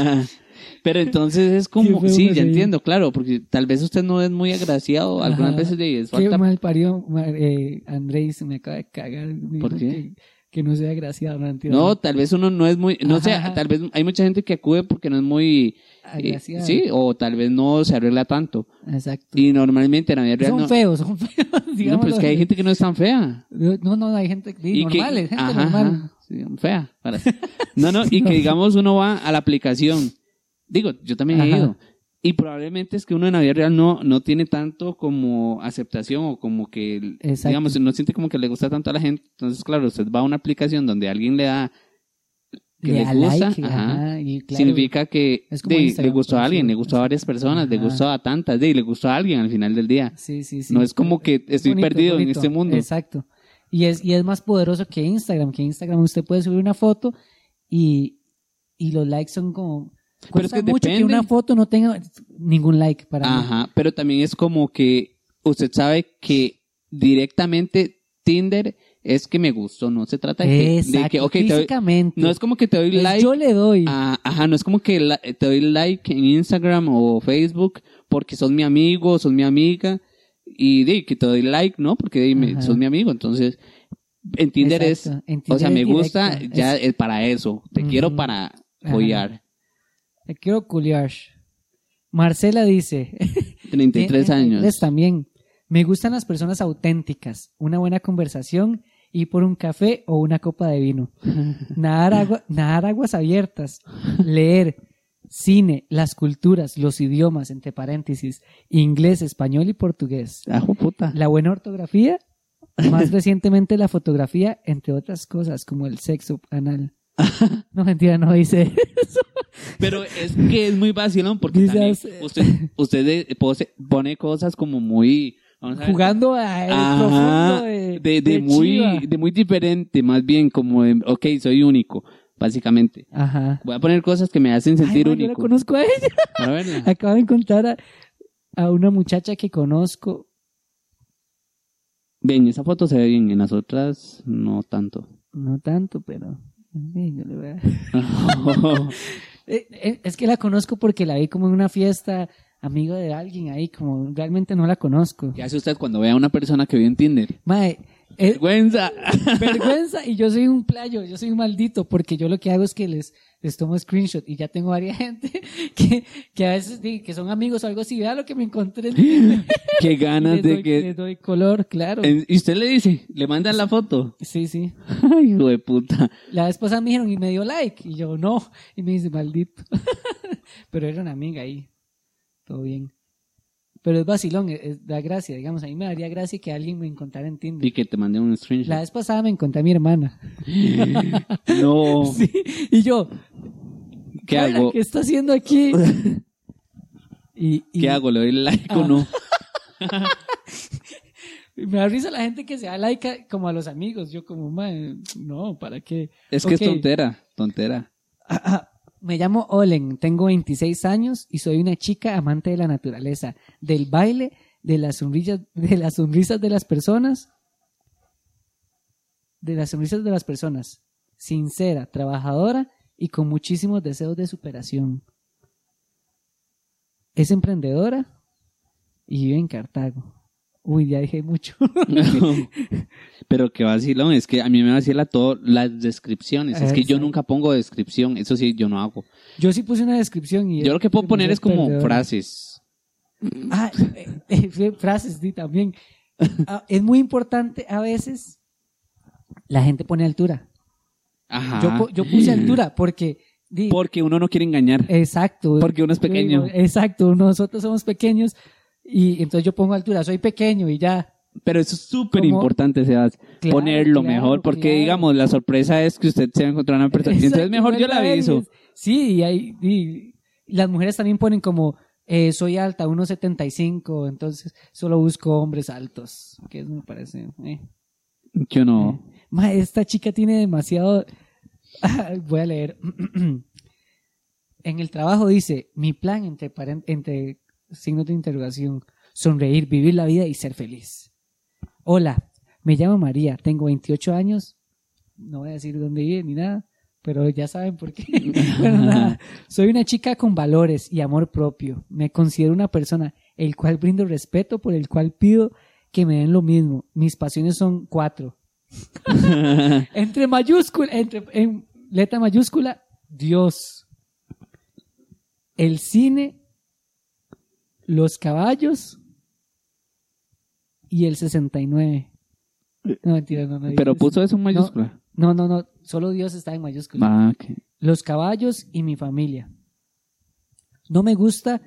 Pero entonces es
Qué
como,
feo
sí,
que
ya
se ve.
entiendo, claro, porque tal vez usted no es muy agraciado, algunas
Ajá.
veces le
Qué
falta.
mal parió ma- eh, Andrés, me acaba de cagar. me
¿Por
dijo
qué?
Que, que no sea agraciado, no mentira.
No, eh, tal vez uno no es muy, no sé,
Ajá.
tal vez hay mucha gente que acude porque no es muy, eh,
Agraciado.
sí, o tal vez no se arregla tanto.
Exacto.
Y normalmente en la vida real
son
no,
feos, son feos.
no, pero es
digámoslo.
que hay gente que no es tan fea.
No, no, hay gente sí,
que-
normal, es gente
ajá,
normal.
ajá, sí, fea. para- No, no, y que digamos uno va a la aplicación. Digo, yo también he
Ajá.
ido. Y probablemente es que uno en la vida real no, no tiene tanto como aceptación o como que,
Exacto.
digamos, no siente como que le gusta tanto a la gente. Entonces, claro, usted va a una aplicación donde alguien le da, que le
da
gusta,
like,
ajá,
ajá, y claro,
significa que
Es como
de, le
Instagram,
gustó a
por
alguien,
decirlo.
le gustó a varias personas, le
Ajá.
gustó a tantas, de, le gustó a alguien al final del día.
Sí, sí, sí.
no es como que
Es
estoy
bonito, es
perdido en
bonito.
este mundo.
Exacto. Y es, y es más poderoso que Instagram, que Instagram usted puede subir una foto y, y los likes son como...
Pero es
Cuesta
que
mucho
depende.
que una foto no tenga ningún like para mí.
Ajá, pero también es como que usted sabe que directamente Tinder es que me gustó, no se trata de que- de que,
Exacto,
ok, te doy-
físicamente.
no es como que te doy
Es
like,
Yo le doy.
a- ajá, no es como que la- te doy like en Instagram o Facebook porque sos mi amigo, sos mi amiga y de que te doy like, ¿no? Porque de, me-
Ajá.
sos mi amigo, entonces en Tinder
Exacto,
es,
en
o
Tinder
sea,
es
me gusta,
directo,
ya
es-
es para eso, te quiero
Ujú.
para
Ajá. Eh,
follar,
Te quiero culiar. Marcela dice... eh,
33 años.
Entonces, también. Me gustan las personas auténticas, una buena conversación y por un café o una copa de vino. Nadar, agua- nadar aguas abiertas, leer, cine, las culturas, los idiomas, entre paréntesis, inglés, español y portugués.
Ah, puta.
La buena ortografía, más recientemente la fotografía, entre otras cosas como el sexo anal. No, mentira, no dice.
Pero es que es muy vacilón porque
Dice
también
hace-
usted, usted de- pose- pone cosas como muy... vamos a ver,
Jugando a el
ajá,
eh, profundo de,
de, de
de Chiva.
muy, de muy diferente, más bien como, de, ok, soy único, básicamente.
Ajá.
Voy a poner cosas que me hacen
Ay,
sentir
man, yo la
único.
conozco a ella.
A verla.
Acabo de encontrar a, a una muchacha que conozco.
Ven, esa foto se ve bien, en las otras no tanto.
No tanto, pero. eh, yo le voy a- Eh, eh, Es que la conozco porque la vi como en una fiesta, amigo de alguien ahí, como realmente no la conozco.
¿Qué hace usted cuando ve a una persona que vive en Tinder?
Mae, eh,
¡Vergüenza!
vergüenza y yo soy un playo, yo soy un maldito, porque yo lo que hago es que les, les tomo screenshot y ya tengo varias gente que, que a veces di, que son amigos o algo así, vea lo que me encontré. en Tinder".
¡Qué
Y
ganas
Les
de
doy,
que...!
les doy color, claro.
En- Y usted le dice, le manda la foto.
Sí, sí.
¡Ay, hijo de puta!
La vez pasada me dijeron y me dio like. Y yo, no. Y me dice, maldito. Pero era una amiga ahí. Todo bien. Pero es vacilón, es- es- da gracia, digamos. A mí me daría gracia que alguien me encontrara en Tinder.
Y que te mandé un screenshot.
La vez pasada me encontré a mi hermana.
No,
Sí. Y yo,
¿qué
"Carla,
hago?
¿Qué está haciendo aquí? Y, y-
¿Qué hago? ¿Le doy like o
Ah.
no?
y me da risa la gente que se da like a- como a los amigos. Yo como, "Man, no, ¿para qué?
Es que
Ok.
es tontera, tontera.
Me llamo Olen, tengo 26 años y soy una chica amante de la naturaleza, del baile, de las sonrisas de, las sonrisas de las personas, de las sonrisas de las personas, sincera, trabajadora y con muchísimos deseos de superación. Es emprendedora y vive en Cartago. Uy, ya dije mucho.
Pero qué vacilón, es que a mí me vacila todo las descripciones. Es que yo
Exacto.
nunca pongo descripción, eso sí, yo no hago.
Yo sí puse una descripción y...
Yo lo que puedo poner es como
Perdedora.
frases.
Ah, eh, eh, fue frases, di también. Ah, es muy importante a veces la gente pone altura.
Ajá.
Yo, po- yo puse Eh, altura porque. di,
Porque uno no quiere engañar.
exacto.
Porque uno es
Yo
pequeño.
digo, exacto, nosotros somos pequeños Y entonces yo pongo altura, soy pequeño y ya.
Pero eso es súper
Como-
importante, Sebas.
Claro,
ponerlo
claro,
mejor, porque
claro.
digamos, la sorpresa es que usted se va a encontrar una persona.
Exacto,
Entonces, mejor yo la
vuelta a
aviso.
ellos. Sí, y, hay, y las mujeres también ponen como, eh, soy alta, 1,75, entonces solo busco hombres altos, que me parece... eh.
Yo no.
Ma, esta chica tiene demasiado... Voy a leer. en el trabajo dice, mi plan entre, paren- entre signos de interrogación, sonreír, vivir la vida y ser feliz. Hola, me llamo María, tengo 28 años, no voy a decir dónde vive ni nada, pero ya saben por qué. Bueno, nada. Soy una chica con valores y amor propio. Me considero una persona el cual brindo respeto, por el cual pido que me den lo mismo. Mis pasiones son cuatro. entre mayúscula, entre en letra mayúscula, Dios. El cine, los caballos y el 69. No, mentira, no, Eh, no.
Eh, Pero
dices.
puso eso en mayúscula.
No, no, no. Solo Dios está en mayúscula
Ah, ok.
los caballos y mi familia. No me gusta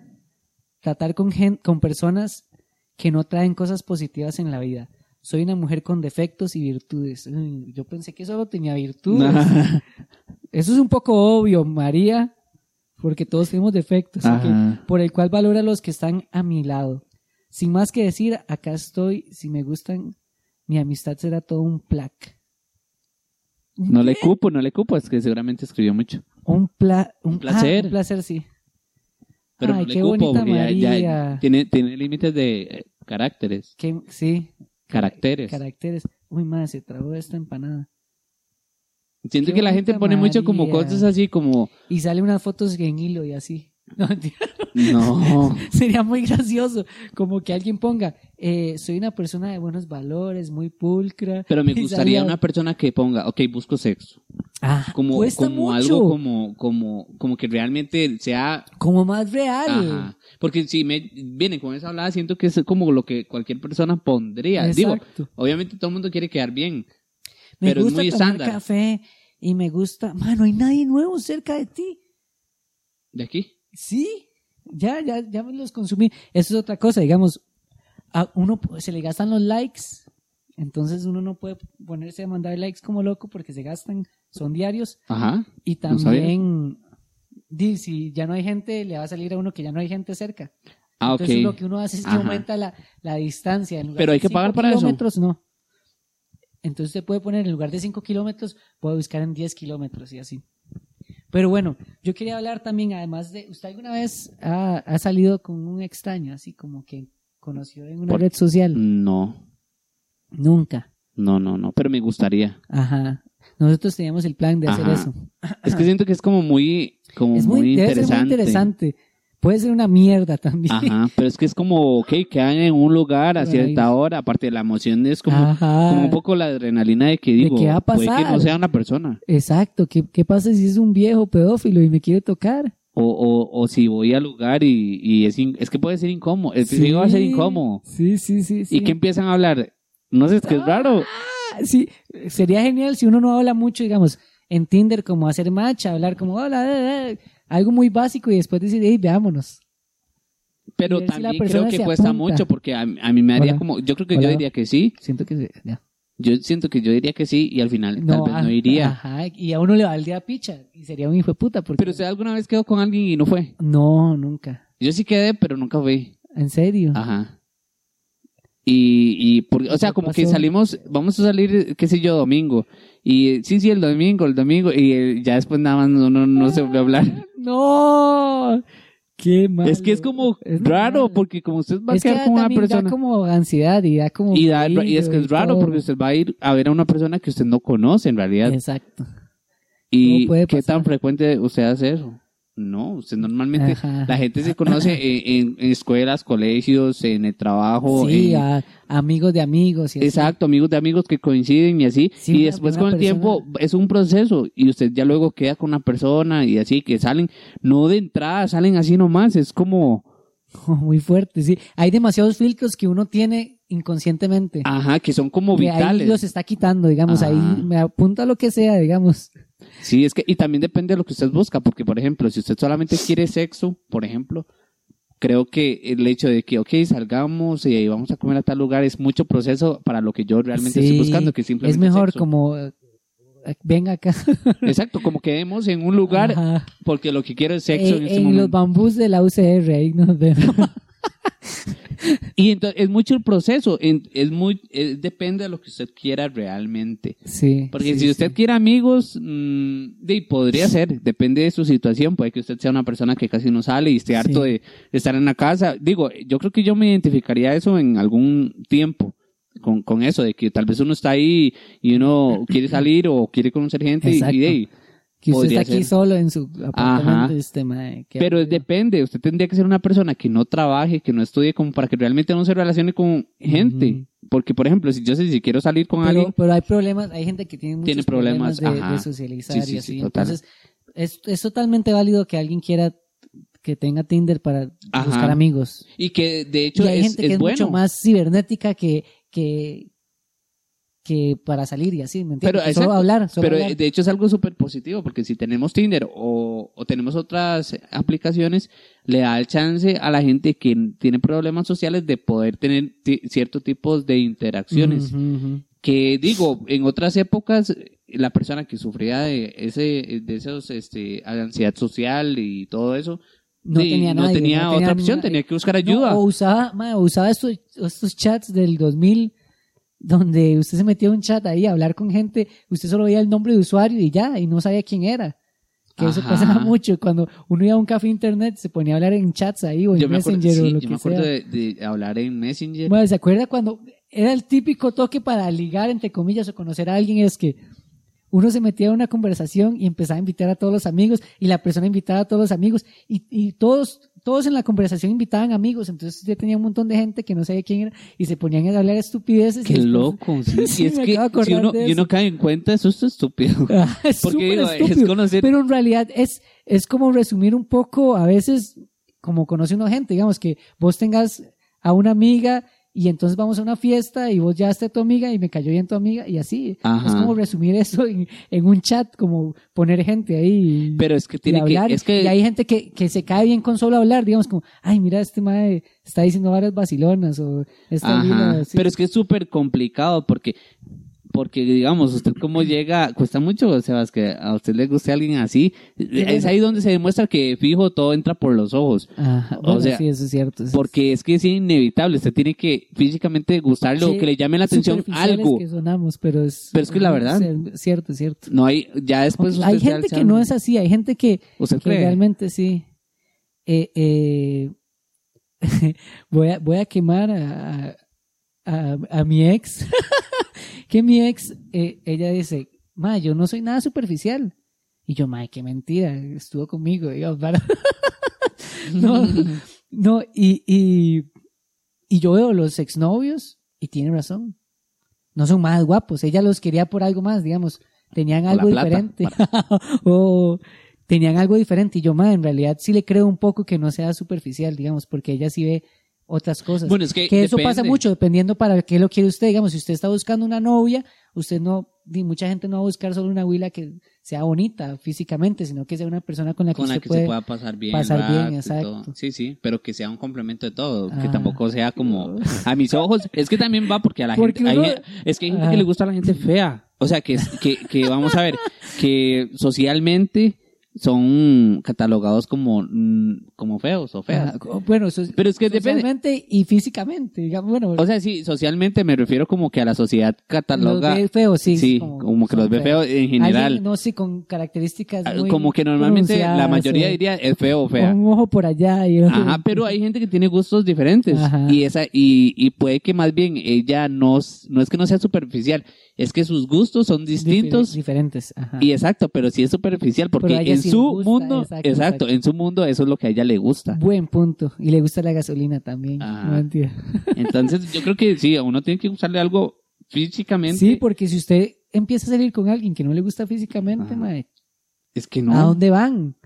tratar con, gen- con personas que no traen cosas positivas en la vida. Soy una mujer con defectos y virtudes. Uy, Yo pensé que solo tenía virtudes. Eso es un poco obvio, María, porque todos tenemos defectos. ok.
Ajá.
Por el cual valora a los que están a mi lado. Sin más que decir, acá estoy. Si me gustan, mi amistad será todo un plac.
No le cupo, no le cupo, es que seguramente escribió mucho.
Un, pla- un- ah,
placer.
un placer, sí.
Pero
Ay,
no le
qué
cupo,
bonita
porque ya- ya,
María.
tiene, tiene límites de eh, caracteres.
Qué- sí,
Caracteres.
caracteres. Uy, madre, se tragó esta empanada.
Siento
qué
que la gente
bonita
pone mucho como
María.
cosas así como,
Y sale unas fotos en hilo y así. No, mentira.
no,
Sería muy gracioso. Como que alguien ponga, eh, soy una persona de buenos valores, muy pulcra.
pero me
Y
gustaría
salga-
una persona que ponga, ok, busco sexo.
Ah,
Como,
cuesta mucho.
como algo como, como, como que realmente sea
Como más real.
Ajá. Porque si me viene con esa hablada, siento que es como lo que cualquier persona pondría. Digo,
Exacto.
obviamente todo el mundo quiere quedar bien.
me
pero es
gusta
muy
tomar
estándar.
café y me gusta. Mano, hay nadie nuevo cerca de ti.
¿De aquí?
Sí, ya, ya, ya me los consumí. Eso es otra cosa, digamos, a uno p- se le gastan los likes, entonces uno no puede ponerse a mandar likes como loco porque se gastan, son diarios.
Ajá.
Y
No sabía
también, di, si ya no hay gente, le va a salir a uno que ya no hay gente cerca.
Ah, ok.
Entonces lo que uno hace es que
Ajá.
aumenta la, la distancia. En lugar
Pero
de
hay que
cinco
pagar para eso.
kilómetros, no. Entonces se puede poner en lugar de 5 kilómetros, puede buscar en 10 kilómetros y así. Pero bueno, yo quería hablar también, además de, ¿usted alguna vez ha, ha salido con un extraño, así como que conoció en una
Por-
red social?
No,
Nunca.
no, no, no. Pero me gustaría.
Ajá. Nosotros teníamos el plan de hacer
Ajá.
eso.
Es que siento que es como muy, como
es muy,
muy,
debe ser
interesante.
muy interesante. Puede ser una mierda también.
Ajá. Pero es que es como, ok, quedan en un lugar a
Por
cierta
ahí.
hora. Aparte de la emoción es como,
Ajá.
como un poco la adrenalina de que digo,
qué Ah. va a
puede que no
pasar?
sea una persona.
Exacto. ¿Qué, ¿Qué pasa si es un viejo pedófilo y me quiere tocar?
O, o, o si voy al lugar y, y es, in- es que puede ser incómodo. El principio va a ser
Sí,
incómodo.
Sí, sí, sí. sí.
¿Y que empiezan a hablar? No sé, es que es raro.
Ah, sí, sería genial si uno no habla mucho, digamos, en Tinder, como hacer match, hablar como hola, eh, eh", algo muy básico y después decir, hey, veámonos.
Pero
ver si la
también creo
persona
que
se
cuesta
apunta.
mucho porque a, a mí me haría
Hola.
como... Yo creo que
Hola.
yo diría que sí.
Siento que se- ya.
Yo siento que yo diría que sí y al final tal vez
ah,
no iría.
Ajá, y a uno le valdría picha y sería un hijo de puta. Porque...
Pero usted alguna vez quedó con alguien y no fue.
No, nunca.
Yo sí quedé, pero nunca fui.
En serio.
Ajá. Y, y por- o sea,
¿Qué
como que
pasó?
salimos, vamos a salir, qué sé yo, domingo. Y eh, sí, sí, el domingo, el domingo. Y eh, ya después nada más no, no, no se volvió a hablar.
No, qué mal.
Es que es como
Es
raro,
normal.
porque como usted va a
Es que
quedar
da
con una
también da
persona.
como ansiedad y da como.
Y, da- y es que
frío y
es raro,
todo.
porque usted va a ir a ver a una persona que usted no conoce en realidad.
Exacto.
¿Y
todo puede
qué
pasar.
tan frecuente usted hace eso? No, usted normalmente.
Ajá.
La gente se conoce en, en- en escuelas, colegios, en el trabajo.
Sí, ah,
en-
a- amigos de amigos. Y así.
Exacto, amigos de amigos que coinciden y así.
Sí,
y
una-
después
una
con el tiempo es un proceso y usted ya luego queda con una persona y así que salen, no de entrada, salen así nomás. Es como,
Muy fuerte, sí. Hay demasiados filtros que uno tiene inconscientemente.
ajá, que son como
que
Ah, vitales. Ah.
ahí los está quitando, digamos,
Ajá.
ahí me apunta lo que sea, digamos.
Sí, es que, y también depende de lo que usted busca, porque, por ejemplo, si usted solamente quiere sexo, por ejemplo, creo que el hecho de que, ok, salgamos y vamos a comer a tal lugar es mucho proceso para lo que yo realmente
Sí,
estoy buscando, que simplemente
Es mejor
sexo.
como, eh, venga acá.
Exacto, como quedemos en un lugar
Ajá.
porque lo que quiero es sexo
Eh,
en
en
este
los
momento.
bambús de la UCR, ahí nos vemos.
Y entonces es mucho el proceso, en- es muy es- depende de lo que usted quiera realmente.
Sí.
Porque
sí,
si usted
sí.
quiere amigos, mm, de- podría ser, depende de su situación, puede que usted sea una persona que casi no sale y esté harto
Sí.
de estar en la casa. Digo, yo creo que yo me identificaría eso en algún tiempo. Con, con eso, de que tal vez uno está ahí y uno quiere salir o quiere conocer gente y-
Exacto.
y de ahí.
Que usted
podría
está aquí
ser.
solo en su apartamento, este, mae, qué
Pero es
aburrido.
depende, usted tendría que ser una persona que no trabaje, que no estudie, como para que realmente no se relacione con gente. Porque, por ejemplo, si yo sé si quiero salir con
pero,
alguien,
pero hay problemas, hay gente que tiene muchos
Tiene problemas,
problemas de,
ajá.
de socializar
Sí, sí,
y
sí,
así.
total.
Entonces, es, es totalmente válido que alguien quiera que tenga Tinder para
Ajá.
buscar amigos.
y que de hecho
y hay
es,
gente que
es
es
bueno.
mucho más cibernética que, que, que para salir y así, ¿me entiendes?
Pero,
Que solo
exacto,
hablar, solo
Pero eh,
hablar.
de hecho es algo súper positivo, porque si tenemos Tinder o, o tenemos otras aplicaciones, le da el chance a la gente que tiene problemas sociales de poder tener ti- ciertos tipos de interacciones.
Ujú, ujú.
que digo, en otras épocas la persona que sufría de ese de esos este ansiedad social y todo eso
No
sí,
tenía
no
nadie,
tenía
no
otra
tenía
opción,
na-
tenía que buscar
No,
ayuda.
o usaba, mae, o usaba estos, estos chats del 2000 donde usted se metía a un chat ahí a hablar con gente, usted solo veía el nombre de usuario y ya, y no sabía quién era. Que eso
Ajá.
pasaba mucho. Cuando uno iba a un café internet, se ponía a hablar en chats ahí o en
yo me acuerdo,
Messenger
sí,
o lo
yo
que
me acuerdo
sea.
de, de hablar en Messenger.
Mae, ¿se acuerda cuando era el típico toque para ligar, entre comillas, o conocer a alguien? Es que uno se metía a una conversación y empezaba a invitar a todos los amigos, y la persona invitaba a todos los amigos, y, y todos, todos en la conversación invitaban amigos, entonces usted tenía un montón de gente que no sabía quién era, y se ponían a hablar estupideces. y
Qué
después-
loco. Sí,
Sí,
y es
me
que
acabo de
si
acordar
uno,
de
y uno
eso.
cae en cuenta, eso es estúpido.
Ah, es
Porque
súper
digo, es
estúpido.
conocer.
Pero en realidad es, es como resumir un poco, a veces, como conoce uno gente, digamos que vos tengas a una amiga y entonces vamos a una fiesta y vos ya a tu amiga y me cayó bien tu amiga y así.
Ajá.
Es como resumir eso en, en un chat, como poner gente ahí. y-
Pero es que
y
tiene
hablar.
que, es que
Y hay gente que, que se cae bien con solo hablar, digamos como, ay, mira, este madre está diciendo varias vacilonas o esta
Ajá,
lila", así.
Pero es que es súper complicado porque, porque digamos, usted cómo llega, cuesta mucho, Sebas, que a usted le guste alguien así. Es ahí donde se demuestra que fijo todo entra por los ojos.
Ajá,
o
bueno,
sea,
sí, eso es cierto. eso es-
Porque es que es inevitable, usted tiene que físicamente gustarle o
Sí,
que le llame la atención
superficiales
algo.
que sonamos, pero es,
Pero es que la verdad-
cier- cierto, cierto.
No hay, ya después usted
hay
se
gente
alza
que
un-
no es así, hay gente que,
¿Usted
que
cree?
realmente sí. Eh, eh, voy, a, voy a quemar a, a- a mi ex, que mi ex, eh, ella dice, ma, yo no soy nada superficial. Y yo, ma, qué mentira, estuvo conmigo, digamos, para- no, no, y, y, y yo veo los exnovios y tiene razón. No son más guapos. Ella los quería por algo más, digamos. Tenían
la
algo
plata,
diferente. o tenían algo diferente. Y yo, ma, en realidad sí le creo un poco que no sea superficial, digamos, porque ella sí ve otras cosas.
Bueno, es que,
que eso pasa
depende.
mucho, dependiendo para qué lo quiere usted. Digamos, si usted está buscando una novia, usted no, ni mucha gente no va a buscar solo una huila que sea bonita físicamente, sino que sea una persona con la que
Con la
usted
que
puede
se pueda pasar bien.
pasar
el rato
bien,
y todo.
exacto.
Sí, sí, pero que sea un complemento de todo. Que
Ah.
tampoco sea como. A mis ojos, es que también va porque a la
Porque
gente. hay
uno-
gen- es que hay gente
Ah.
que le gusta a la gente fea. O sea, que, que, que vamos a ver, que socialmente son catalogados como, mm, como feos o feas.
Ah, bueno, eso es-
Pero es que depende.
socialmente y físicamente, digamos, bueno,
O sea, sí, socialmente me refiero como que a la sociedad cataloga.
los ve feos, sí,
sí, como, que los ve feos en
Alguien,
general.
no sé, con características
Ah,
muy
Como que normalmente la
pronunciadas,
mayoría
o-
diría es feo o
o
fea.
un ojo por allá y otro-
Ajá, pero hay gente que tiene gustos diferentes
Ajá.
y esa y, y puede que más bien ella no, s- no es que no sea superficial, es que sus gustos son distintos
difer- diferentes, ajá.
y exacto, pero sí es superficial porque
ah. Pero a ella
en
sí le
su
gusta,
mundo,
exacto,
exacto,
exacto.
en su mundo eso es lo que a ella le gusta.
Buen punto. Y le gusta la gasolina también.
Ajá.
No mentira.
Entonces, yo creo que sí, a uno tiene que gustarle algo físicamente.
Sí, porque si usted empieza a salir con alguien que no le gusta físicamente,
Ajá.
mae,
es que no.
¿a dónde van?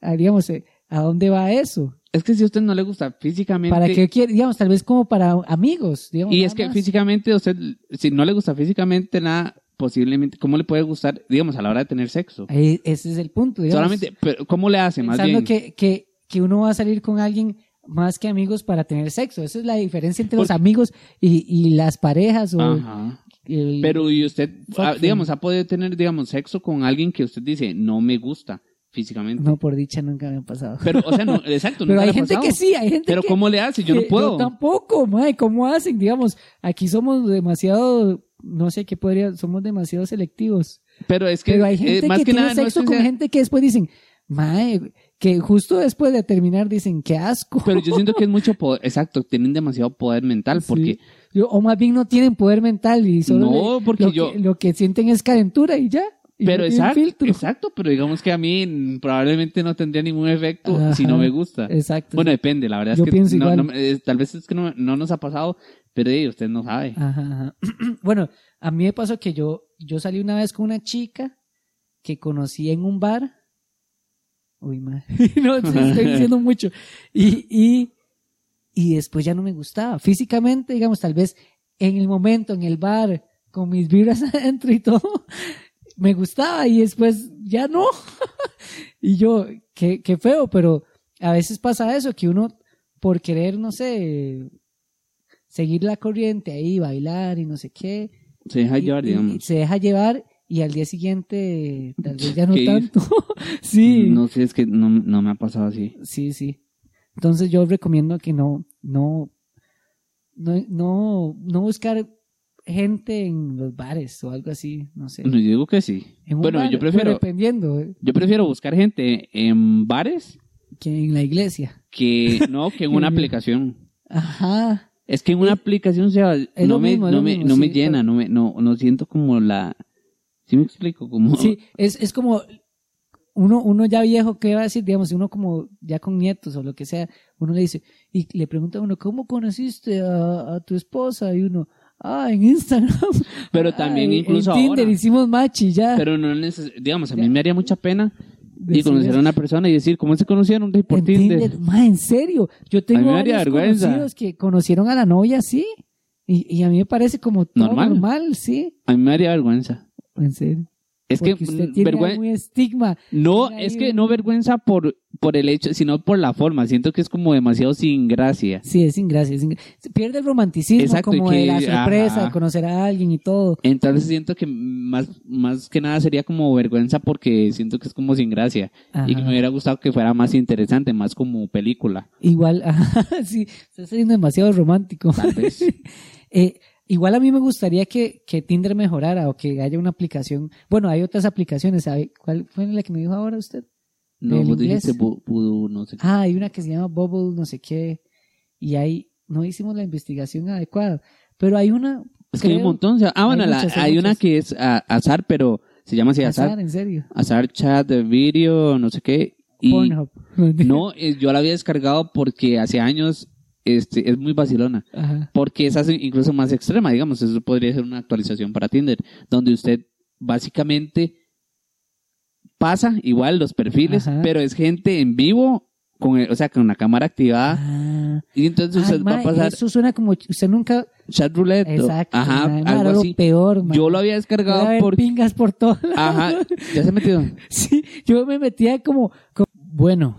Ah, digamos, eh, ¿a dónde va eso?
Es que si a usted no le gusta físicamente
¿Para qué quiere? Digamos, tal vez como para amigos. Digamos,
Y
nada
es que
más.
físicamente, usted, si no le gusta físicamente nada, posiblemente, ¿cómo le puede gustar, digamos, a la hora de tener sexo?
Ahí- Ese es el punto, digamos.
Solamente, pero ¿cómo le hace más
pensando
bien?
que, que, que uno va a salir con alguien más que amigos para tener sexo. Esa es la diferencia entre los amigos y, y las parejas. O
Ajá.
el-
Pero y usted,
Fuck
ah,
him.
digamos, ha podido tener, digamos, sexo con alguien que usted dice, no me gusta físicamente.
No, por dicha nunca me han pasado.
Pero, o sea, no, exacto.
Pero
nunca le
hay
ha
gente que
pasado.
sí, hay gente
Pero
que...
¿cómo le hace? Yo no
que-
puedo.
tampoco, mae, ¿cómo hacen? Digamos, aquí somos demasiado, no sé qué podría, somos demasiado selectivos.
Pero es que,
Pero hay
eh,
gente
más
que,
que,
tiene
nada, no es
sexo
que
con
sea-
gente que después dicen, mae, que justo después de terminar dicen, qué asco.
Pero yo siento que es mucho poder. Exacto, tienen demasiado poder mental
Sí.
porque.
Yo- o más bien no tienen poder mental y solo
No,
le-
porque
lo,
yo-
que, lo que sienten es calentura y ya. Y
Pero
no tienen
exacto,
filtro.
exacto, pero digamos que a mí mm, probablemente no tendría ningún efecto si no
Ajá,
me gusta.
Exacto.
Bueno, depende, la verdad
Yo
es que
pienso
no-
igual.
no me- eh, tal vez es que no, no nos ha pasado, pero eh, usted no sabe.
Ajá, ajá. bueno, a mí me pasó que yo, yo salí una vez con una chica que conocí en un bar. Uy, madre. no, estoy diciendo mucho. Y, y, y después ya no me gustaba. Físicamente, digamos, tal vez en el momento, en el bar, con mis vibras adentro y todo, me gustaba y después ya no. y yo, qué, qué feo, pero a veces pasa eso, que uno por querer, no sé, seguir la corriente ahí, bailar y no sé qué.
Se deja
y-
llevar,
y-
digamos.
y se deja llevar y al día siguiente tal vez ya no
¿Qué hizo?
tanto. sí,
No sé, es que no, no me ha pasado así.
sí, sí. Entonces yo recomiendo que no, no, no, no, no buscar gente en los bares o algo así, no sé.
No, yo digo que sí.
En un
bueno,
bar,
yo
pero
prefiero
Dependiendo, eh,
yo prefiero buscar gente en bares
que en la iglesia.
que no que en una aplicación.
Ajá.
Es que en una aplicación se no
lo
me
mismo, es
no
lo
me
mismo,
no me
sí,
llena, no me no no siento como la ¿Sí me explico? Como
Sí, es, es como uno, uno ya viejo, ¿qué va a decir? Digamos, uno como ya con nietos o lo que sea, uno le dice, y le pregunta a uno, ¿cómo conociste a, a tu esposa? Y uno, ah, en Instagram.
Pero también
Ah, en-
incluso
En Tinder
ahora.
hicimos match y ya.
pero no neces- digamos, a mí
Ya.
me haría mucha pena y
Decir
conocer a
eso.
una persona y decir, ¿cómo se conocieron? De Por
en
Tinder.
Tinder. Ma, en serio. Yo
A mí
tengo
me haría
varios
vergüenza.
conocidos que conocieron a la novia así. Y, y a mí me parece como todo
Normal.
normal, sí.
A mí me haría vergüenza.
En serio.
Es que
Porque usted
mm,
tiene
vergüen-
algún estigma.
no,
tiene
es
ahí
que
un-
no vergüenza por por el hecho, sino por la forma. Siento que es como demasiado sin gracia.
Sí, es sin gracia. es sin gra- Se pierde el romanticismo
Exacto, y
como de
que-
la sorpresa
ajá.
de conocer a alguien y todo.
Entonces siento que más, más que nada sería como vergüenza porque siento que es como sin gracia y que
Ajá.
me hubiera gustado que fuera más interesante, más como película.
Igual, ajá, sí, está siendo demasiado romántico.
Tal vez.
Eh, igual a mí me gustaría que, que Tinder mejorara o que haya una aplicación. Bueno, hay otras aplicaciones. ¿sabe? ¿Cuál fue la que me dijo ahora usted?
No,
¿Del
vos dijiste
inglés?
bu- vudú, no sé qué.
Ah, hay una que se llama Bubble, no sé qué. Y ahí no hicimos la investigación adecuada. Pero hay una.
Es que hay un
creo,
montón. o sea, Ah,
Hay
bueno, la- hay,
muchas, hay
una
muchas.
que es a- azar, pero se llama así azar.
azar, en serio.
Azar chat, video, no sé qué. Y
Pornhub.
no, eh, yo la había descargado porque hace años este, es muy vacilona.
Ajá.
Porque esa es incluso más extrema, digamos. Eso podría ser una actualización para Tinder, donde usted básicamente pasa igual los perfiles,
Ajá.
pero es gente en vivo, con el- o sea, con la cámara activada.
Ah.
Y entonces
Ay,
usted va
mae,
a pasar
Eso suena como. Usted nunca.
chat roulette. o-
Exacto.
Ajá,
mae, mae,
algo
era lo
así.
peor, mae.
Yo lo había
Debe
descargado
haber
porque.
pingas por todo. lado.
Ajá, ya se metió.
Sí, yo me metía como, co- Bueno,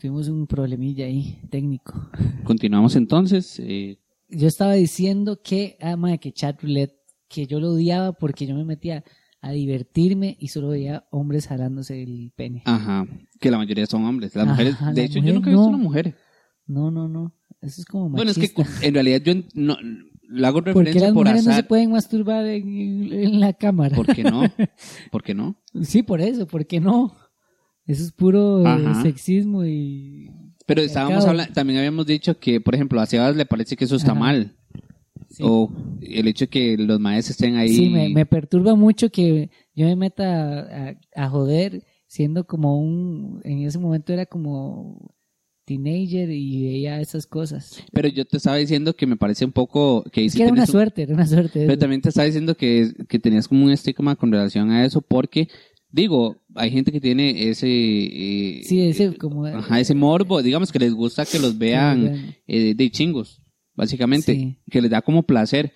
tuvimos un problemilla ahí, técnico.
Continuamos entonces. eh,
Yo estaba diciendo que, ah, mae, que chat roulette, que yo lo odiaba porque yo me metía a divertirme y solo veía hombres jalándose el pene.
ajá, que la mayoría son hombres. Las mujeres,
Ajá,
de
la
hecho,
mujer
yo nunca he visto
no.
una mujer.
No, no, no. Eso es como
Bueno, es que
machista.
en realidad yo en- no, le
¿Por
hago
qué
referencia
las
por
mujeres
azar.
no se pueden masturbar en, en la cámara?
¿Por qué no? ¿Por qué no?
Sí, por eso, ¿por qué no? Eso es puro eh,
Ajá.
sexismo y...
Pero estábamos
Pecado.
hablando, también habíamos dicho que, por ejemplo, a Sebas le parece que eso está
Ajá.
mal.
sí.
O el hecho de que los maestros estén Oh, ahí.
Sí, me, me perturba mucho que yo me meta a, a joder siendo como un... En ese momento era como teenager y veía esas cosas.
Pero yo te estaba diciendo que me parece un poco que ahí
Es
sí
que era una
tenés un-
suerte, era una suerte.
Pero
eso.
también te estaba diciendo que, que tenías como un estigma con relación a eso porque, digo, hay gente que tiene ese... eh,
sí, ese como...
Ajá, ese morbo, digamos que les gusta que los vean eh, de chingos, básicamente,
Sí.
que les da como placer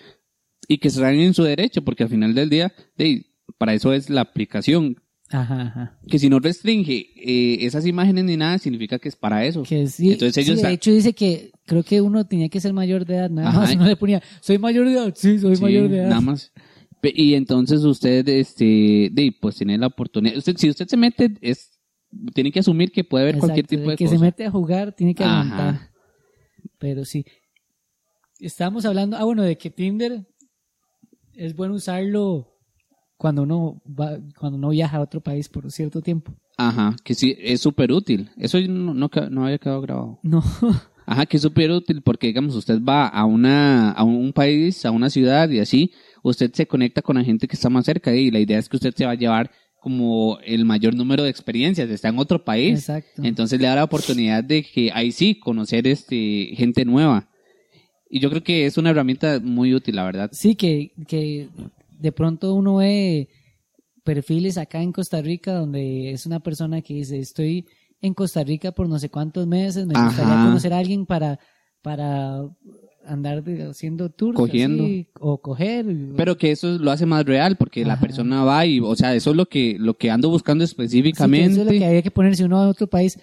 y que se en su derecho, porque al final del día, de, para eso es la aplicación.
Ajá, ajá.
Que si no restringe eh, esas imágenes ni nada, significa que es para eso.
Que sí,
Entonces ellos
sí,
sa-
de hecho dice que creo que uno tenía que ser mayor de edad, nada
Ajá.
más. No le ponía, soy mayor de edad, sí, soy
Sí,
mayor de edad.
Nada más. Pe- Y entonces usted, este, de, pues tiene la oportunidad. Usted, si usted se mete, es, tiene que asumir que puede haber cualquier
Exacto,
tipo de
el que
cosa.
se mete a jugar tiene que
Ajá.
aguantar. Pero sí. Estábamos hablando, ah, bueno, de que Tinder es bueno usarlo cuando uno va, cuando uno viaja a otro país por cierto tiempo.
Ajá, que sí, es súper útil. Eso no, no, ca- no había quedado grabado.
No,
Ajá, que es súper útil porque, digamos, usted va a, una, a un país, a una ciudad y así, usted se conecta con la gente que está más cerca y la idea es que usted se va a llevar como el mayor número de experiencias. Está en otro país,
exacto.
Entonces le da la oportunidad de que ahí sí conocer este gente nueva. Y yo creo que es una herramienta muy útil, la verdad.
Sí, que, que de pronto uno ve perfiles acá en Costa Rica donde es una persona que dice, estoy en Costa Rica por no sé cuántos meses, me gustaría
Ajá.
conocer a alguien para, para andar de- haciendo tours.
Cogiendo.
así, o coger. o-
Pero que eso lo hace más real porque la
Ajá.
persona va y, o sea, eso es lo que lo que ando buscando
Así que
específicamente.
eso es lo que había que ponerse uno a otro país.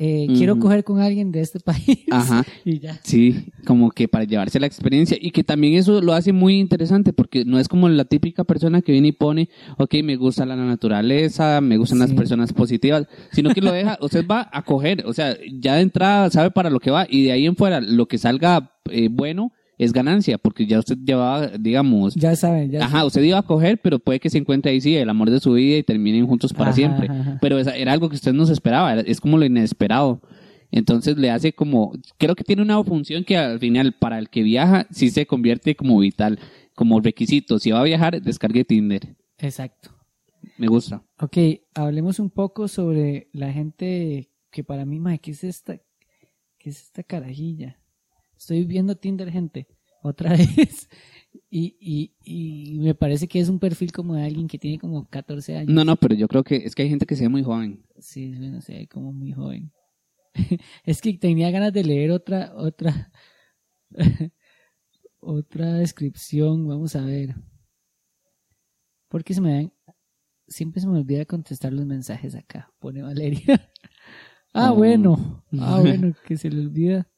eh, Quiero
Ujú.
coger con alguien de este país.
Ajá.
Y ya.
Sí, como que para llevarse la experiencia y que también eso lo hace muy interesante porque no es como la típica persona que viene y pone, ok, me gusta la naturaleza, me gustan las
Sí.
personas positivas, sino que lo deja, usted va a coger, o sea, ya de entrada sabe para lo que va y de ahí en fuera lo que salga eh, bueno es ganancia porque ya usted lleva, digamos,
Ya saben, ya
ajá, usted iba a coger, pero puede que se encuentre ahí sí el amor de su vida y terminen juntos para
Ajá,
siempre,
ajá, ajá.
pero esa- era algo que usted no se esperaba, era- es como lo inesperado. Entonces le hace como, creo que tiene una función que al final para el que viaja sí se convierte como vital, como requisito. Si va a viajar, descargue Tinder.
Exacto.
Me gusta.
Ok, hablemos un poco sobre la gente que para mí, mae, ¿qué es esta? ¿Qué es esta carajilla? Estoy viendo Tinder, gente, otra vez. Y, y, y me parece que es un perfil como de alguien que tiene como 14 años.
No, no, pero yo creo que es que hay gente que se ve muy joven.
Sí, no sé, como muy joven. es que tenía ganas de leer otra, otra, otra descripción. Vamos a ver. Porque se me dan, siempre se me olvida contestar los mensajes acá. Pone Valeria. ah,
Oh.
bueno. Ah, bueno, que se le olvida.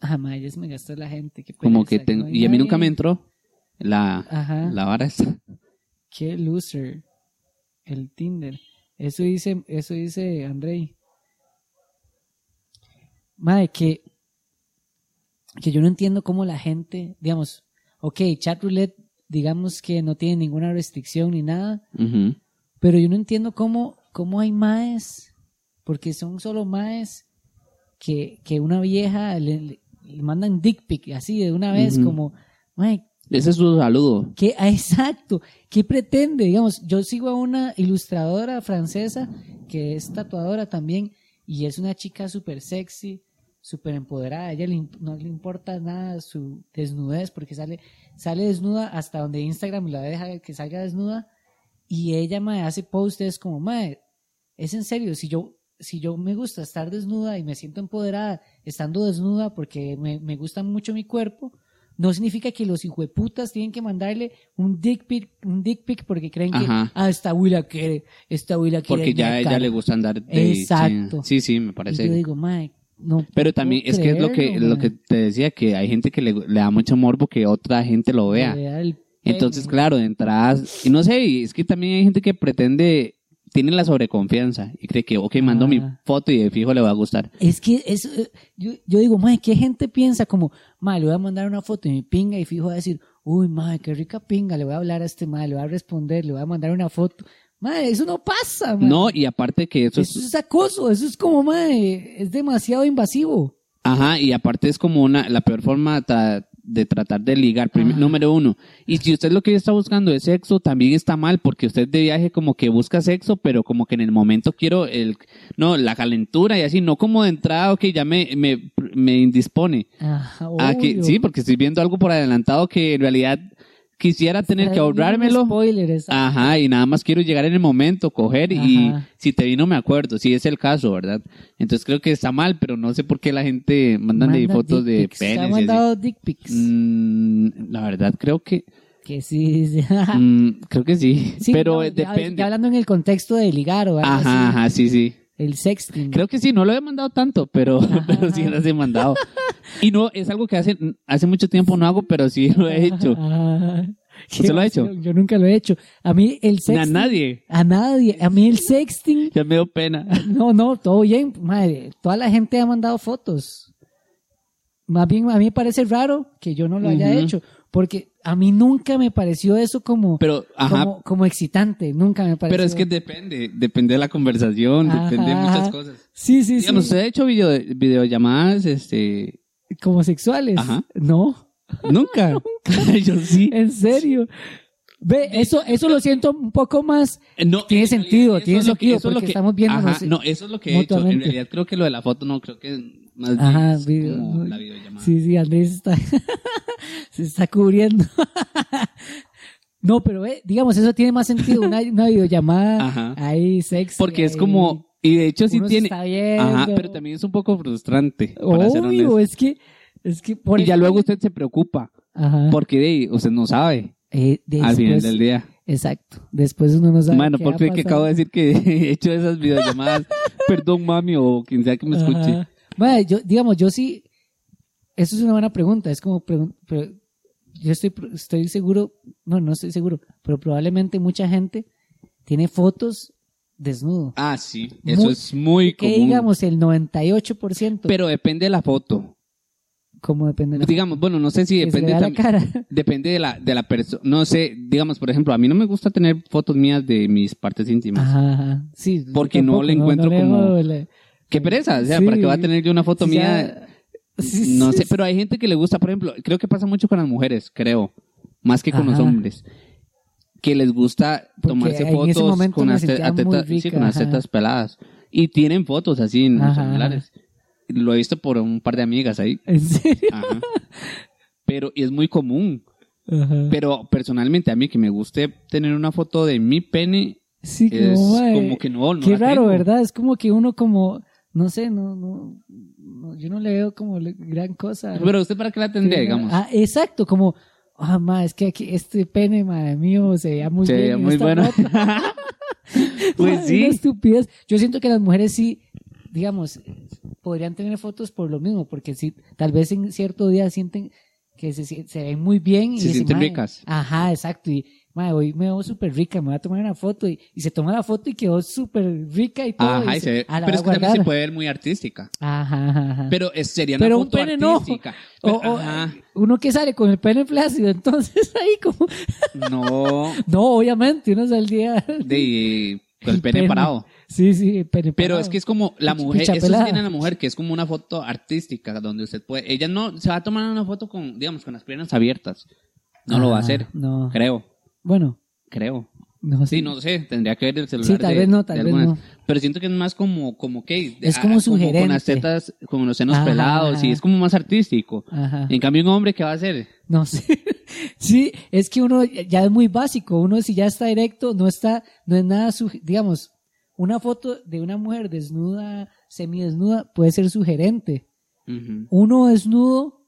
Ah, ma, ya se me gastó la gente. qué
Como
pereza,
que tengo...
no Pues hay
Y a mí
nadie.
nunca me entró la,
Ajá.
la vara esa.
Qué loser. El Tinder. Eso dice, eso dice Andrei. Madre, que, que yo no entiendo cómo la gente, digamos, ok, chat roulette, digamos que no tiene ninguna restricción ni nada,
Ujú.
pero yo no entiendo cómo, cómo hay maes, porque son solo maes que, que una vieja le, le- le mandan dick pic así de una vez,
Ujú.
como, mae,
Ese es su saludo.
¿Qué, ah, exacto. ¿Qué pretende? Digamos, yo sigo a una ilustradora francesa que es tatuadora también y es una chica súper sexy, súper empoderada. A ella le imp- no le importa nada su desnudez porque sale, sale desnuda hasta donde Instagram la deja que salga desnuda y ella me hace posts como, mae, es en serio, si yo, si yo me gusta estar desnuda y me siento empoderada estando desnuda porque me, me gusta mucho mi cuerpo, no significa que los hijueputas tienen que mandarle un dick pic, un dick pic porque creen que,
Ajá.
ah, esta huila quiere, esta huila quiere.
Porque ya a ella
ñaca".
le gusta andar de...
Exacto.
Sí, sí, me
Y
parece.
yo digo, mae, no.
Pero también
puedo
es que es lo que
creerlo,
lo que
mae.
te decía que hay gente que le, le da mucho morbo que otra gente lo vea.
Le da el pelo,
Entonces,
mae.
claro, de entradas y no sé, y es que también hay gente que pretende tiene la sobreconfianza y cree que ok, mando mi
Ah.
foto y de fijo le va a gustar.
Es que eso, eh, yo, yo digo, madre, ¿qué gente piensa? Como, madre, le voy a mandar una foto de mi pinga y fijo a decir, uy, madre, qué rica pinga, le voy a hablar a este madre, le voy a responder, le voy a mandar una foto. Madre, eso no pasa, madre.
No, y aparte que eso
eso
es,
es acoso, eso es como, madre, es demasiado invasivo.
ajá, y aparte es como una la peor forma tra- de tratar de ligar, prim-
Ajá.
número uno. Y si usted lo que está buscando es sexo, también está mal, porque usted de viaje como que busca sexo, pero como que en el momento quiero el, no, la calentura y así, no como de entrada, ok, ya me, me, me indispone.
Ajá,
Ah, que,
obvio.
sí, porque estoy viendo algo por adelantado que en realidad quisiera tener
Está
que
bien,
ahorrármelo. Ah,
Spoiler, exacto.
Ajá, y nada más quiero llegar en el momento, coger y
Ajá.
si te vino me acuerdo, si es el caso, ¿verdad? Entonces creo que está mal, pero no sé por qué la gente mandan de
Mandan
fotos
dick
de
pics, Se ha
penes. y así.
mandado dick pics.
Mm, la verdad creo que
que sí, sí.
Mm, creo que sí.
Sí,
pero
no,
eh,
ya-
depende.
ya hablando en el contexto de ligar o algo
ajá,
así.
ajá, sí, sí.
El sexting.
Creo que sí, no lo he mandado tanto, pero, pero sí las he mandado. Y no, es algo que hace, hace mucho tiempo no hago, pero sí lo he hecho.
Ah, qué
¿Usted lo ha hecho?
vacilón, Yo nunca lo he hecho. A mí el
Ni
sexting.
A nadie.
A nadie. A mí el sexting.
Ya me dio pena.
No, no, todo bien. Madre, toda la gente ha mandado fotos. Más bien, a mí me parece raro que yo no lo haya
Ujú.
hecho. Porque a mí nunca me pareció eso como,
Pero, ajá,
como, como excitante. Nunca me pareció.
pero es que depende. Depende de la conversación,
Ajá,
depende de muchas
ajá.
cosas.
Sí, sí,
Digamos,
sí.
usted ha hecho video, videollamadas, este...
Como sexuales.
Ajá.
No.
Nunca. Yo sí.
En serio. Ve, eso, eso lo siento un poco más.
Eh, No,
Tiene
en realidad,
sentido,
eso
tiene
es lo que-
sentido,
eso es lo
porque
que-
estamos viéndonos,
ajá, no, eso es lo que he hecho. En
mutuamente.
realidad creo que lo de la foto no, creo que más bien
Ajá,
es
video,
como
¿no?
la videollamada.
Sí, sí, Andrés está, se está cubriendo. no, pero ve, digamos, eso tiene más sentido. Una, una videollamada
Ajá.
ahí, sexy.
Porque es
ahí,
como, y de hecho sí
uno se
tiene,
está viendo.
ajá, pero también es un poco frustrante, para ser
Obvio,
honesto.
es que. Es que por
Y ya luego usted se preocupa,
Ajá.
porque de, usted no sabe
Eh, después-
al final del día.
Exacto. Después uno no sabe.
Bueno,
qué
porque
va a
que
pasar.
acabo de decir que he hecho esas videollamadas, perdón mami o quien sea que me escuche.
Ajá. Mae, yo, digamos, yo sí. Eso es una buena pregunta. Es como. pregun- pero yo estoy, pro- estoy seguro. No, no estoy seguro. Pero probablemente mucha gente tiene fotos desnudo.
Ah, sí, eso
Muy-
es muy
que
común.
digamos el 98%.
pero depende de la foto.
como depende de la,
Digamos, bueno, no sé si
que se
depende
le vea la
tam-
cara.
Depende de la, de la persona. No sé, digamos, por ejemplo, a mí no me gusta tener fotos mías de mis partes íntimas.
Ajá, ajá. Sí,
Porque
yo
no le encuentro
le
como-
hago la-
Qué pereza, o sea,
Sí.
¿para qué va a tener yo una foto
Sí,
mía?
ya- sí,
no
sí,
sé, pero hay gente que le gusta, por ejemplo, creo que pasa mucho con las mujeres, creo, más que con los
Ajá.
hombres, que les gusta
Porque
tomarse
en ese
fotos
momento
con
me
las, te-
sentía
a teta-
muy
sí,
rica,
con las
ajá.
tetas peladas. Y tienen fotos así en los
Ajá,
celulares. Lo he visto por un par de amigas ahí.
En serio.
Ajá. pero y es muy común.
Ajá.
Pero personalmente a mí que me guste tener una foto de mi pene
Sí,
es
como, mae,
como que no, no
Qué
la
raro,
tengo.
¿verdad? Es como que uno como, no sé, no, no, no, yo no le veo como le- gran cosa.
Pero usted para qué la tendría, digamos.
Ah, exacto, como, ah, ma, es que aquí este pene, madre mío, se veía muy
Se
bien.
veía
en
muy
esta
bueno.
foto.
pues
Madre,
sí.
una estupidez. Yo siento que las mujeres sí, digamos, podrían tener fotos por lo mismo, porque sí, tal vez en cierto día sienten que se, si- se ven muy bien. Y
Se
dicen,
sienten
"Mae,
ricas".
Ajá, exacto. Y, mae, hoy me veo súper rica, me voy a tomar una foto. Y, y se toma la foto y quedó súper rica y todo.
Ajá,
y
y se ve-
"Ah, la
pero es que
voy a
también se
guardar".
puede ver muy artística.
Ajá, ajá, ajá.
Pero es, sería una
Pero un
foto
pene no.
artística.
O-
Pero-
o,
ajá.
uno que sale con el pene flácido, entonces ahí como... eh.
No,
No, obviamente, uno saldría...
de con el
El
pene
pene.
parado.
Sí, sí, pene
Pero
parado.
es que es como la
Picha
mujer, eso sí
pelada.
tiene la mujer, que es como una foto artística donde usted puede, ella no se va a tomar una foto con, digamos, con las piernas abiertas. No lo va a
Ah,
hacer,
No.
creo,
Bueno,
creo.
no sé.
Sí, no sé, tendría que ver el celular.
Sí, tal
de-
vez no, tal
de
vez
algunas.
no.
Pero siento que es más como, como que.
Es
ah,
como sugerente.
con las tetas, con los senos
Ajá.
pelados, y es como más artístico.
Ajá.
En cambio, un hombre, ¿qué va a hacer?
No sé. Sí, es que uno ya es muy básico. Uno si ya está directo, no está, no es nada, suge- digamos, una foto de una mujer desnuda, semidesnuda, puede ser sugerente.
Ujú.
Uno desnudo,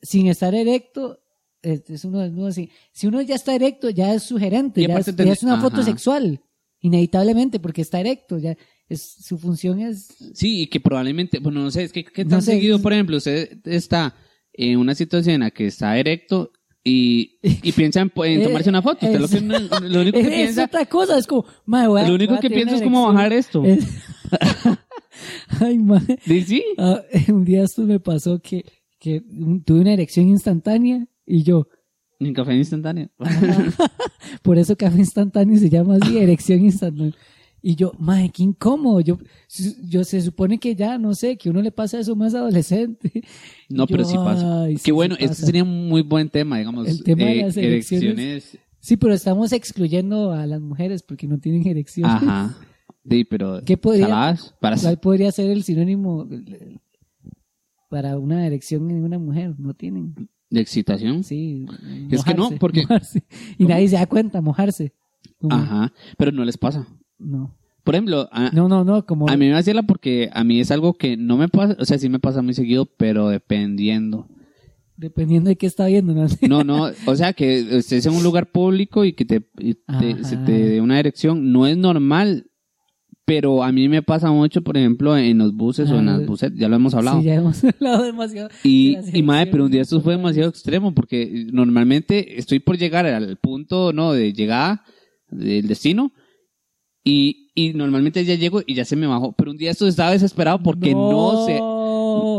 sin estar erecto, es, es uno desnudo así. Si uno ya está erecto, ya es sugerente,
Y
ya es,
aparte ten-
ya es una foto
Ajá.
sexual, inevitablemente, porque está erecto, ya es, su función es
Sí, y que probablemente, bueno, no sé, es que ¿qué
No
tan
sé,
seguido,
es-
por ejemplo, usted está en una situación en la que está erecto y, y piensa en, po- en
Eh,
tomarse una foto. Usted lo, que- lo único que
es
piensa,
otra cosa, es como, "Mae, voy a-
lo único
voy a
que
tener
piensa es
una
cómo
erección". Eh.
bajar esto.
Es- Ay, mae.
Sí, sí.
Ah, un día esto me pasó que, que tuve una erección instantánea y yo,
En café instantáneo.
por eso café instantáneo se llama así, erección instantánea. Y yo, madre, qué incómodo. Yo, su- yo se supone que ya, no sé, que uno le pasa eso más adolescente.
No,
Y yo,
pero sí pasa.
"Ay,
Qué
sí,
bueno,
sí
este
pasa".
sería un muy buen tema, digamos. eh,
El tema de las erecciones.
erecciones
Sí, pero estamos excluyendo a las mujeres porque no tienen erección.
Ajá. Sí, pero.
¿Qué podría-
¿Saladas? Para...
¿Cuál podría ser el sinónimo para una erección en una mujer? No tienen.
¿De excitación?
Sí.
Es que no,
mojarse,
porque-
mojarse. Y
¿Cómo?
nadie se da cuenta, mojarse. Como,
Ajá. Pero no les pasa.
No.
Por ejemplo, a,
No, no, no, como.
a mí me hacía la porque a mí es algo que no me pasa. O sea, sí me pasa muy seguido, pero dependiendo.
Dependiendo de qué está viendo, no sé.
No, no, o sea, que estés en un lugar público y que te, y te- se
Ajá.
te dé una erección no es normal, pero a mí me pasa mucho, por ejemplo, en los buses o en
Ah,
las buses, ya lo hemos hablado.
Sí, ya hemos hablado demasiado.
Y,
de las
y madre, pero un día
erecciones.
esto fue demasiado extremo porque normalmente estoy por llegar al punto no de llegada del destino y, y normalmente ya llego y ya se me bajó. Pero un día esto estaba desesperado porque no, se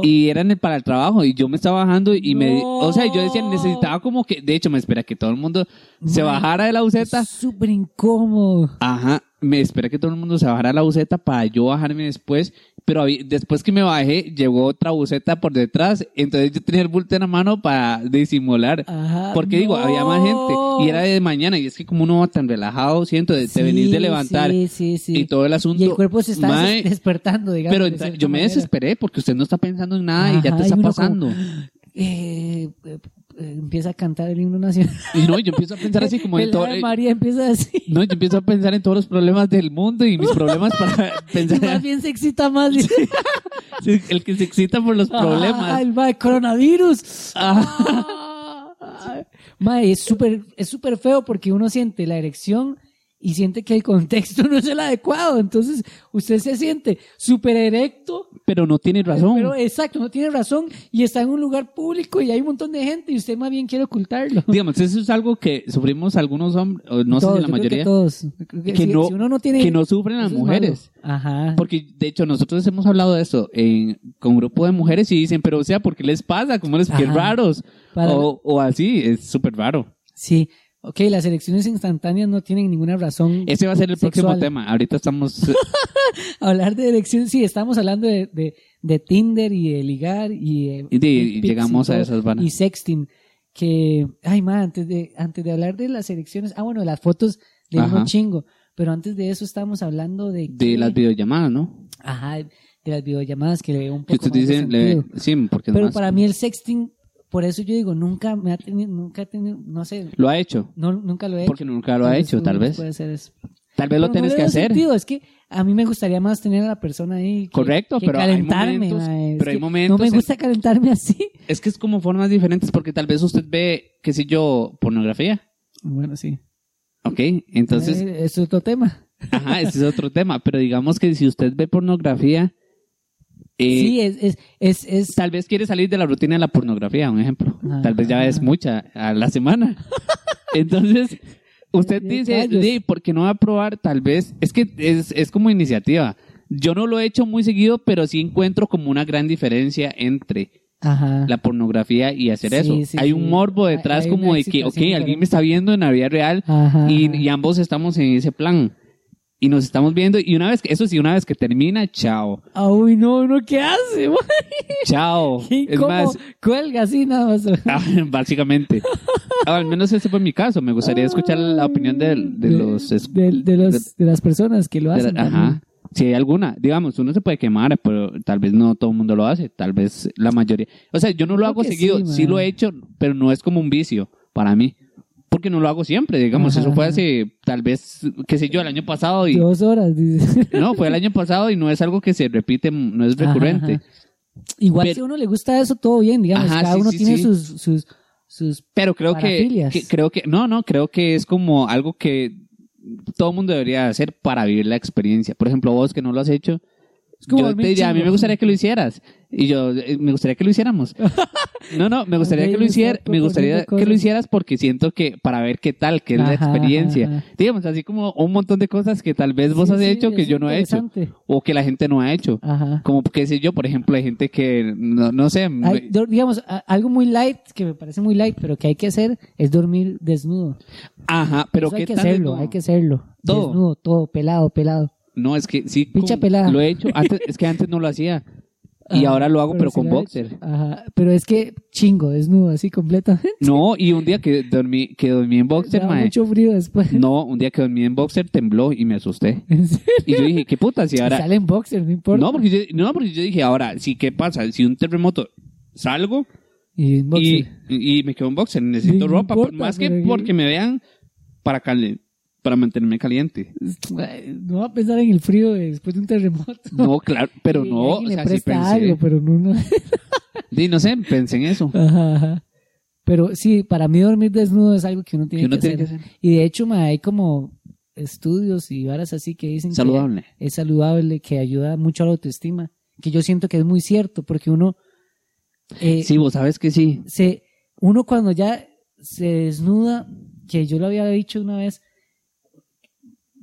y eran el- para el trabajo y yo me estaba bajando y me o sea yo decía
No.
necesitaba como que de hecho me espera que todo el mundo se
Madre,
bajara de la buseta
Es súper incómodo.
ajá me espera que todo el mundo se bajara de la buseta para yo bajarme después pero habí- después que me bajé llegó otra buseta por detrás entonces yo tenía el bulto en la mano para disimular
Ajá,
porque digo había más gente y era de mañana y es que como uno va tan relajado siento de, te venís de levantar
Sí, sí, sí.
y todo el asunto
Y el cuerpo se está
Mae,
des- despertando, digamos.
pero
de
enta-
cierta
yo me
manera.
desesperé porque usted no está pensando en nada y ya
Ajá,
te
y
está
uno como,
pasando
Eh, eh, eh, empieza a cantar el himno nacional.
Y no, yo empiezo a pensar así como en
El
todo. eh,
Ave María empieza así.
No, yo empiezo a pensar en todos los problemas del mundo y mis problemas para
Y más
pensar.
bien se excita más. dice.
Sí, El que se excita por los
Ah,
problemas.
el mae, coronavirus. Ah. Mae, es súper es súper feo porque uno siente la erección y siente que el contexto no es el adecuado. Entonces, usted se siente súper erecto,
Pero no tiene razón.
pero exacto, no tiene razón y está en un lugar público y hay un montón de gente y usted más bien quiere ocultarlo.
Digamos, eso es algo que sufrimos algunos hombres, o
Todos,
no sé si la
yo creo que
mayoría,
todos. Yo creo
que no-
uno no tiene
que no sufren las
eso es
mujeres.
malo. Ajá.
Porque, de hecho, nosotros hemos hablado de eso en, con un grupo de mujeres y dicen, pero, o sea, ¿por qué les pasa? ¿Cómo les qué
Ajá.
raros?
Para-
O, o así, es súper raro.
Sí. Ok, las elecciones instantáneas no tienen ninguna razón.
Ese va a ser el próximo
Sexual.
tema. Ahorita estamos...
Hablar de elecciones, sí, estamos hablando de, de, de Tinder y de ligar y eh, de...
y, de- y
pics
llegamos a
todo,
esas vanas.
Y sexting, que... Ay, man, antes de, antes de hablar de las elecciones... Ah, bueno, las fotos de
Ajá.
uno chingo. Pero antes de eso estamos hablando de...
De
que-
las videollamadas, ¿no?
Ajá, de las videollamadas que le veo un
Que
poco más
ustedes
de
dicen, le-
sentido.
sí, porque es
Pero
más-
para mí el sexting, por eso yo digo, nunca me ha tenido... Nunca he tenido... No sé,
lo ha hecho,
no, nunca lo he hecho.
porque nunca lo ha
Entonces,
hecho, tal
puede-
vez.
Puede ser eso.
Tal vez lo
Pero pues, no
tienes
le
que
veo
hacer.
sentido, Es que a mí me gustaría más tener a la persona ahí. que-
Correcto,
que
pero hay
calentarme,
momentos-
mae. Es
pero hay
que
momentos
No me
en-
gusta calentarme así.
Es que es como formas diferentes, porque tal vez usted ve, qué sé yo, pornografía.
Bueno, sí.
Ok, entonces,
Eh, es otro tema.
ajá, ese es otro tema. Pero digamos que si usted ve pornografía, eh,
sí, es, es, es, es-
tal vez quiere salir de la rutina de la pornografía, un ejemplo. Tal vez ya
Ajá.
es mucha a la semana. Entonces, usted
Ya
dice,
callos.
"Di, ¿por qué no va a probar? Tal vez, es que es, es como iniciativa. Yo no lo he hecho muy seguido, pero sí encuentro como una gran diferencia entre
Ajá.
la pornografía y hacer
Sí,
eso.
sí,
Hay un
sí.
morbo detrás
Hay- hay
como
una
de que, ok,
excitación
alguien
diferente.
me está viendo en la vida real
Ajá.
y, y ambos estamos en ese plan. Y nos estamos viendo y una vez que, eso sí, una vez que termina, chao,
Ah, Uy, no, no, ¿qué hace? mae?
chao.
¿Y
es
cómo
más,
cuelga así nada más?
ah, básicamente. Ah, al menos ese fue mi caso. Me gustaría escuchar la opinión del- de, los... es-
de, de los- de las personas que lo
de la-
hacen.
ajá. Si hay alguna, digamos, uno se puede quemar, pero tal vez no todo el mundo lo hace, tal vez la mayoría. O sea, yo no lo
Creo
hago
que sí,
seguido, sí,
man.
lo he hecho, pero no es como un vicio para mí, porque no lo hago siempre, digamos,
Ajá,
eso fue
ajá.
hace tal vez, qué sé yo, el año pasado y
también. Dos horas. dices.
no, fue el año pasado y no es algo que se repite, no es
Ajá,
recurrente.
ajá. Igual
Pero-
si a uno le gusta eso, todo bien, digamos.
Ajá,
cada
sí,
uno
sí,
tiene
sí.
sus, sus, sus...
Pero creo que,
Parafilias.
que- creo que no, no, creo que es como algo que todo el mundo debería hacer para vivir la experiencia. Por ejemplo, vos que no lo has hecho,
como
yo
dormir
te diría, a mí
chingo".
me gustaría que lo hicieras. Y yo, eh, me gustaría que lo hiciéramos. No, no, me gustaría
Ok,
que lo
me está
hicieras, me gustaría
proponiendo
que lo
cosas.
hicieras porque siento que para ver qué tal, qué es la
Ajá,
experiencia.
ajá.
Digamos, así como un montón de cosas que tal vez vos
Sí,
has
sí,
hecho que
es
yo no he hecho
interesante. Ah.
o que la gente no ha hecho.
Ajá.
Como qué sé yo, por ejemplo, hay gente que no, no sé,
Hay- do- digamos, a- algo muy light, que me parece muy light, pero que hay que hacer es dormir desnudo.
ajá, pero
Eso
qué
pues hay que
tal
hacerlo,
no?
hay que hacerlo.
Todo.
Desnudo, todo, pelado, pelado.
No, es que sí.
Picha
con-
pelada.
Lo he hecho. Antes, es que antes no lo hacía. Y
Ah,
ahora lo hago, pero,
sí
con
lo he
boxer.
hecho. Ajá, pero es que chingo, desnudo, así completamente.
No, y un día que dormí, que dormí en boxer,
Daba
mae.
mucho frío después.
No, un día que dormí en boxer tembló y me asusté.
En serio.
Y yo dije, ¿qué puta? Si ahora.
Sale en boxer, no importa.
No porque, yo, no, porque yo dije, ahora, sí, ¿qué pasa? Si un terremoto salgo
Y en boxer.
y, y me quedo en boxer, necesito
No
ropa,
importa,
más que
pero-
porque me vean para, calen- para mantenerme caliente.
Ay, No va a pensar en el frío de- después de un terremoto.
No, claro, pero
Y
no, o
alguien le
sea, sí
presta
pensé.
algo, pero no, no.
Di, no sé, pensé en eso.
Ajá, ajá. Pero sí, para mí dormir desnudo es algo que uno tiene,
que uno
que,
tiene que
hacer.
hacer.
Y de hecho, ma, hay como estudios y varas así que dicen que
Saludable.
es saludable, que ayuda mucho a la autoestima, que yo siento que es muy cierto, porque uno... eh,
Sí, vos sabes que sí.
se, uno cuando ya se desnuda, que yo lo había dicho una vez,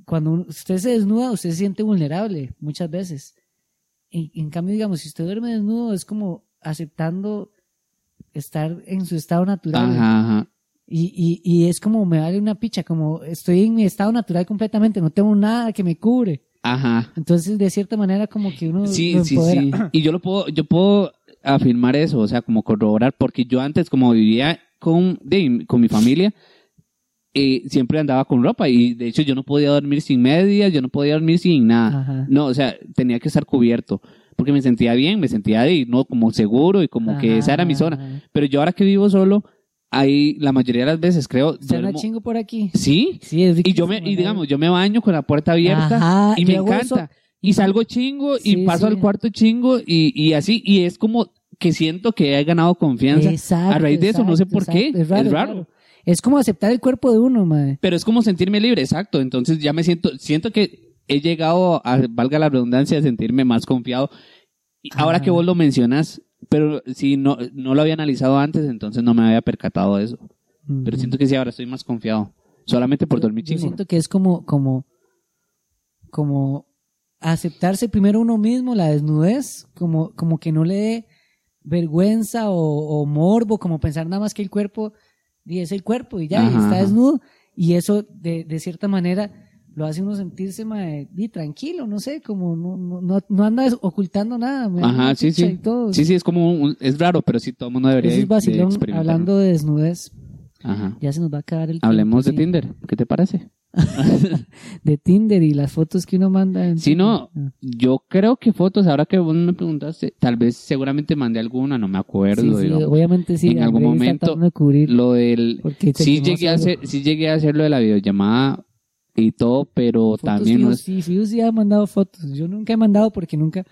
cuando uno- usted se desnuda, usted se siente vulnerable muchas veces. En, en cambio, digamos, si usted duerme desnudo, es como aceptando estar en su estado natural.
Ajá, ajá.
Y, y, y es como me vale una picha, como estoy en mi estado natural completamente, no tengo nada que me cubre.
Ajá.
Entonces, de cierta manera, como que uno
Sí,
lo
sí,
empodera.
sí. Y yo lo puedo, yo puedo afirmar eso, o sea, como corroborar, porque yo antes, como vivía con, de- con mi familia, eh, siempre andaba con ropa y de hecho yo no podía dormir sin medias, yo no podía dormir sin nada.
Ajá.
No, o sea, tenía que estar cubierto, porque me sentía bien, me sentía de, no, como seguro y como que esa era mi zona.
Ajá.
Pero yo ahora que vivo solo, ahí la mayoría de las veces creo...
¿Usted anda
duermo-
chingo por aquí?
Sí.
Sí, es
Y yo me, y
riquísimo,
digamos, yo me baño con la puerta abierta
Ajá,
y me
yo hago eso.
encanta. Y salgo chingo
Sí,
y paso
sí.
al cuarto chingo y, y así. Y es como que siento que he ganado confianza.
Exacto,
A raíz de eso, no sé por qué,
Es raro,
es
es
raro.
raro. Es como aceptar el cuerpo de uno, madre.
Pero es como sentirme libre, exacto. Entonces ya me siento, siento que he llegado a, valga la redundancia, a sentirme más confiado. Y ahora
Ajá.
que vos lo mencionas, pero si no, no lo había analizado antes, entonces no me había percatado de eso. Pero siento que sí, ahora estoy más confiado. Solamente por dormir
Yo
chingo.
siento que es como, como, como aceptarse primero uno mismo, la desnudez, como, como que no le dé vergüenza o, o morbo, como pensar nada más que el cuerpo y es el cuerpo y ya, y
Ajá,
está
ajá.
desnudo. Y eso, de, de cierta manera, lo hace uno sentirse mae, di, tranquilo, no sé, como no, no- no, no anda ocultando nada. me da
Ajá,
una
sí,
picha
sí.
y todo.
Sí, sí, es como un- es raro, pero sí todo el mundo debería
Ese es
de- de
vacilón,
experimentarlo.
hablando de desnudez,
Ajá.
ya se nos va a acabar el
Hablemos de
tiempo, sí.
Tinder, ¿qué te parece?
De Tinder y las fotos que uno manda. en
Sí, no.
Tinder.
Yo creo que fotos, ahora que vos me preguntaste, tal vez seguramente mandé alguna, no me
Ah,
acuerdo.
sí, sí,
digamos.
obviamente sí.
En algún
Andrés está
momento
tratando de cubrir,
Lo del...
porque se
Sí
quemó
llegué, a
solo.
hacer, sí llegué a hacer lo de la videollamada y todo, pero
Fotos
también...
Fius,
no es-
Sí, Fius sí ha mandado fotos. Yo nunca he mandado porque nunca,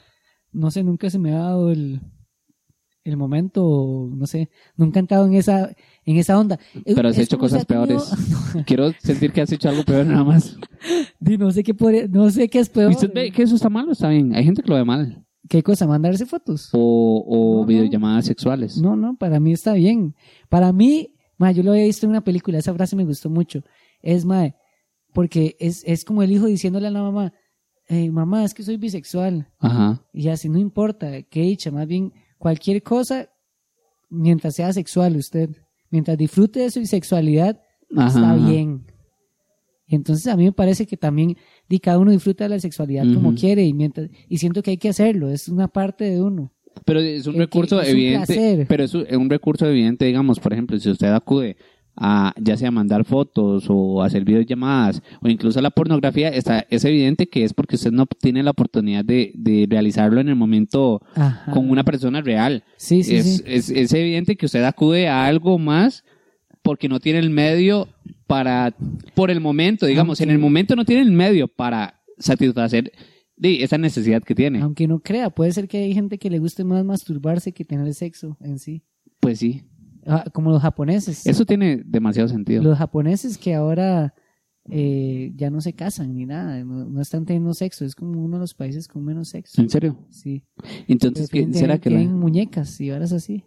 no sé, nunca se me ha dado el, el momento, o no sé, nunca he entrado en esa, en esa onda. Es-
Pero has
es
hecho
como
cosas
se ha tenido-
Quiero sentir que has hecho algo peor nada más.
Di, no sé qué podría- no sé qué es peor.
¿Y usted ve que eso está mal o está bien? Hay gente que lo ve mal.
¿Qué cosa? ¿Mandarse fotos?
O, o
No, no.
videollamadas sexuales.
No, no, para mí está bien. Para mí, ma, yo lo había visto en una película, esa frase me gustó mucho. Es, ma, porque es, es como el hijo diciéndole a la mamá, "Eh, mamá, es que soy bisexual.
Ajá.
Y así, no importa, qué dicha, más bien, cualquier cosa, mientras sea sexual usted, mientras disfrute de su sexualidad,
Ajá,
está
ajá.
bien. Y entonces a mí me parece que también di, cada uno disfruta de la sexualidad como
Ujú.
quiere y, mientras, y siento que hay que hacerlo, es una parte de uno.
Pero es un
Que- que-
recurso
que es un
evidente.
placer.
pero es un, es un recurso evidente, digamos, por ejemplo, si usted acude a ya sea mandar fotos o hacer videollamadas o incluso a la pornografía, está, es evidente que es porque usted no tiene la oportunidad de, de realizarlo en el momento
Ajá.
con una persona real.
Ah. Sí, sí,
es,
sí.
Es, es evidente que usted acude a algo más porque no tiene el medio para, por el momento, digamos, en el momento no tiene el medio para satisfacer de esa necesidad que tiene.
Aunque no crea, puede ser que hay gente que le guste más masturbarse que tener sexo en sí.
Pues sí,
Ah, Como los japoneses.
eso tiene demasiado sentido.
Los japoneses que ahora eh, ya no se casan ni nada, no, no están teniendo sexo. Es como uno de los países con menos sexo.
¿En serio?
Sí.
Entonces, ¿qué-
Prefieren
¿será
tener-
que la-
tienen muñecas y varas así.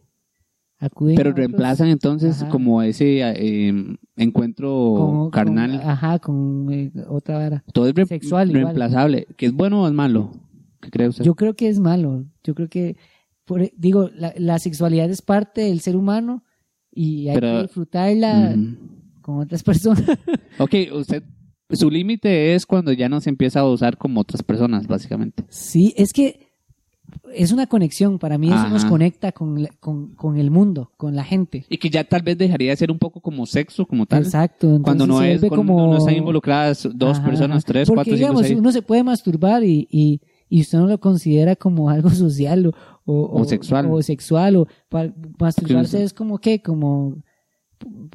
Acuden a
Pero
otros
reemplazan entonces
Ajá.
como ese eh, encuentro
con-
carnal.
con- ajá, con eh, otra vara.
todo es re-
ah, sexual igual.
reemplazable. ¿Que es bueno o es malo? ¿Qué cree usted?
Yo creo que es malo. Yo creo que, por- digo, la, la sexualidad es parte del ser humano y hay
Pero-
que disfrutarla
Ujú.
con otras personas.
Ok, usted, su límite es cuando ya no se empieza a usar como otras personas, básicamente.
Sí, es que es una conexión. Para mí eso
Ajá.
nos conecta con, la- con, con el mundo, con la gente.
Y que ya tal vez dejaría de ser un poco como sexo, como tal.
Exacto. entonces
Cuando no,
se
es,
vuelve
cuando no están involucradas dos
Ajá,
personas,
ajá.
tres,
Porque,
cuatro,
digamos,
cinco, seis.
uno se puede masturbar y, y, y usted no lo considera como algo social o, o,
O sexual.
O sexual. O pa- masturbarse
Sí, sí.
es como que, como,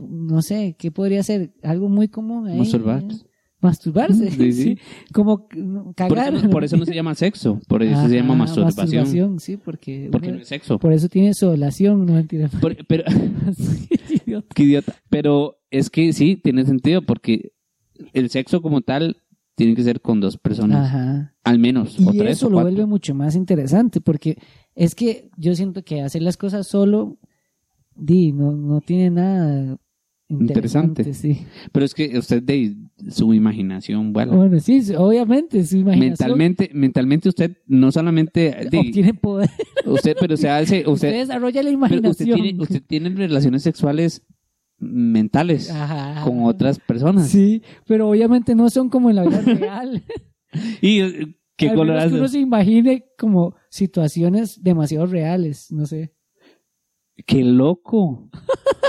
no sé, ¿qué podría ser? Algo muy común. ahí,
Masturbar.
¿eh? masturbarse,
Sí, sí.
¿sí? como c-
Por
cagar.
eso, no- por eso no se llama sexo, por eso se llama
Ajá,
masturbación.
masturbación, sí, porque,
Porque
uno-
no es sexo.
por eso tiene solación, no mentira.
Por- pero,
Sí, idiota.
qué idiota. Pero es que sí, tiene sentido, porque el sexo como tal tiene que ser con dos personas,
Ajá.
al menos, o
Y
tres
eso
o
lo
cuatro.
vuelve mucho más interesante, porque es que yo siento que hacer las cosas solo, di, no, no tiene nada interesante.
Interesante.
sí.
Pero es que usted, de su imaginación, vuela.
Bueno, sí, sí, obviamente, su imaginación
mentalmente, mentalmente usted no solamente... de-
obtiene poder.
usted, pero se hace...
Usted,
Usted,
desarrolla la
pero usted,
imaginación.
tiene, usted tiene relaciones sexuales mentales
Ajá.
con otras personas.
Ah. Sí, pero obviamente no son como en la vida real.
Y eh, qué
Al menos que
colorado.
uno se imagine como situaciones demasiado reales, no sé.
Qué loco.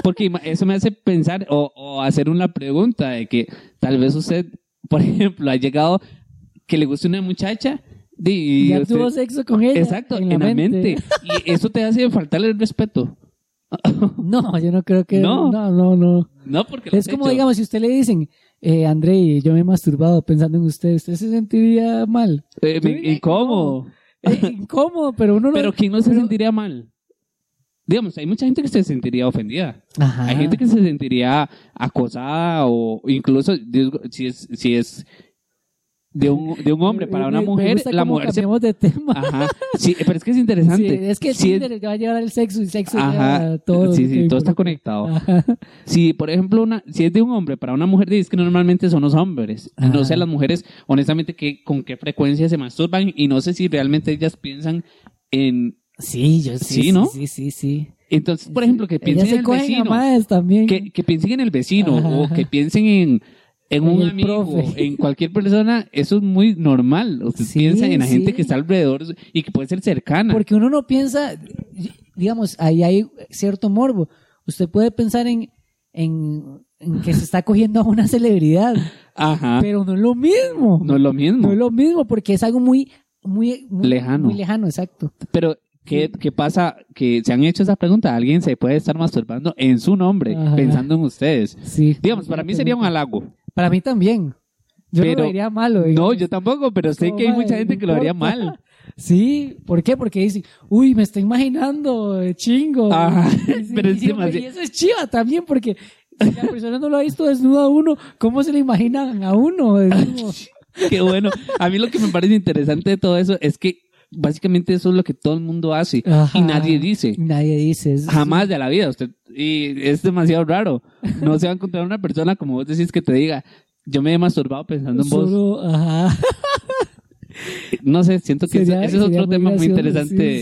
Porque ima- eso me hace pensar o, o hacer una pregunta de que tal vez usted, por ejemplo, ha llegado que le guste una muchacha di- y
ya
usted-
tuvo sexo con ella.
exacto, en la, mente. Y eso te hace faltarle el respeto.
No, yo no creo que.
No.
no, no. no.
No, porque lo
Es
has
como,
hecho.
digamos, si usted le dicen, eh, André, yo me he masturbado pensando en usted, ¿usted se sentiría mal?
Eh,
Yo
me-
diría que
incómodo.
Eh, incómodo, pero uno no...
Pero ¿quién no se
pero-
sentiría mal? Digamos, hay mucha gente que se sentiría ofendida.
Ajá.
Hay gente que se sentiría acosada o incluso digo, si es, si es de un, de un hombre para una
Eh, Me- me
mujer,
gusta
la
cómo
mujer se...
cambiamos de tema.
Ajá. Sí, pero es que es
Sí,
interesante.
es que
Si es-
Tinder va a llevar al sexo y sexo lleva
Ajá.
a todo.
sí,
lo
sí,
que Ah.
todo está
involucra.
conectado.
Ajá.
Si, por ejemplo, una, si es de un hombre para una mujer, es que normalmente son los hombres.
Ajá.
No sé las mujeres, honestamente, que, con qué frecuencia se masturban y no sé si realmente ellas piensan en...
Sí, yo sí.
Sí, ¿no?
Sí, sí, sí.
Entonces, por ejemplo, que
Ellas
piensen en
se
el
cogen
vecino.
a madres también.
que, que piensen en el vecino
Ajá,
o
ajá.
que piensen en, en
En
un
el
amigo,
profe.
en cualquier persona, eso es muy normal. Usted
Sí,
piensa en la
sí.
gente que está alrededor y que puede ser cercana.
Porque uno no piensa, digamos, ahí hay cierto morbo. Usted puede pensar en, en, en que se está cogiendo a una celebridad,
Ajá.
pero no es lo mismo.
No es lo mismo.
No es lo mismo porque es algo muy, muy, muy
Lejano.
Muy lejano, exacto.
Pero, ¿qué, ¿qué pasa? Que se han hecho esa pregunta. Alguien se puede estar masturbando en su nombre,
Ajá.
pensando en ustedes.
Sí.
Digamos, para mí sería un halago.
Para mí también. Yo no
Pero-
lo vería malo.
No,
digamos.
yo tampoco, pero sé
Como,
que hay
"Mae,
mucha gente
pues, no
que lo haría
importa".
mal.
Sí, ¿por qué? Porque dicen, uy, me estoy imaginando, eh, chingo.
Ajá,
Y sí,
pero es
y yo,
demasiado-
y eso es chiva también, porque si la persona no lo ha visto desnudo a uno, ¿cómo se le imaginan a uno? Es como-
Qué bueno. A mí lo que me parece interesante de todo eso es que básicamente eso es lo que todo el mundo hace
Ajá.
y nadie dice.
Nadie dice. es-
Jamás de la vida. Usted, y es demasiado raro. No se va a encontrar una persona como vos decís que te diga, yo me he masturbado pensando en vos.
solo- ajá.
No sé, siento que
Sería-
ese ese es
sería
otro
muy
tema muy
gracioso,
interesante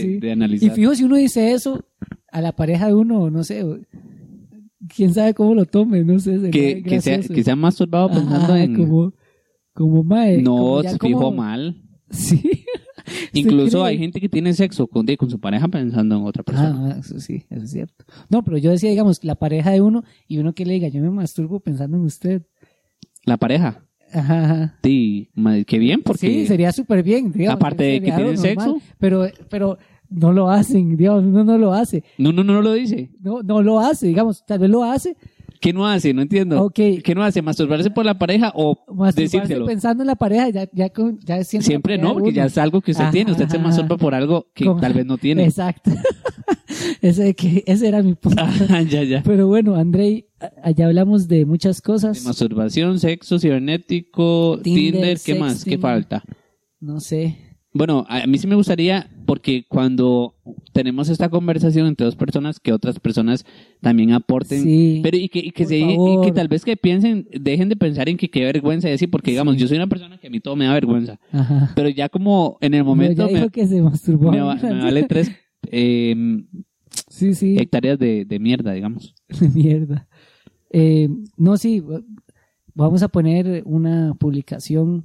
sí, sí.
de
Y
analizar.
fijo, si uno dice eso a la pareja de uno, no sé, o- quién sabe cómo lo tome, no sé. sería
que, que, sea,
gracioso.
que sea masturbado pensando
Ajá,
en...
Como, como mae.
no,
como ya
se fijo
como-
mal.
Sí.
Incluso
cree?
hay gente que tiene sexo con, con su pareja pensando en otra persona.
Ah, eso sí, eso es cierto. No, pero yo decía, digamos, la pareja de uno y uno que le diga, yo me masturbo pensando en usted.
La pareja.
Ajá, ajá.
Sí, madre, qué bien, porque...
Sí, sería súper bien. digamos,
Aparte de que
sería algo
tienen
normal,
sexo.
Pero, pero no lo hacen, digamos, uno no lo hace.
No, no, no, no lo dice.
No, no lo hace, digamos, tal vez lo hace.
¿Qué no hace? No entiendo.
Ok.
¿Qué no hace? ¿Masturbarse por la pareja o
Masturbarse
decírselo?
pensando en la pareja, ya, ya, con- ya siendo la
Siempre
pareja
no,
de
porque
uno.
ya es algo que usted
Ajá,
tiene. Usted se
ajá,
masturba
ajá.
por algo que
Con-
tal vez no tiene.
Exacto. ese, que, ese era mi punto.
Ah, ya, ya.
Pero bueno, Andrei, a- allá hablamos de muchas
De
cosas.
masturbación, sexo cibernético,
Tinder,
Tinder, ¿qué más? ¿Qué
sexting.
falta?
No sé.
Bueno, a mí sí me gustaría, porque cuando tenemos esta conversación entre dos personas, que otras personas también aporten.
Sí.
Pero y que, y que
Por
se- y
favor.
que tal vez que piensen, dejen de pensar en que qué vergüenza decir, porque digamos, yo soy una persona que a mí todo me da vergüenza.
Ajá.
Pero ya como en el momento
Pero ya
me-
dijo que se masturbó.
me, va- Eh. me vale tres eh,
Sí, sí,
hectáreas de, de mierda, digamos.
mierda. Eh, no, sí, va- vamos a poner una publicación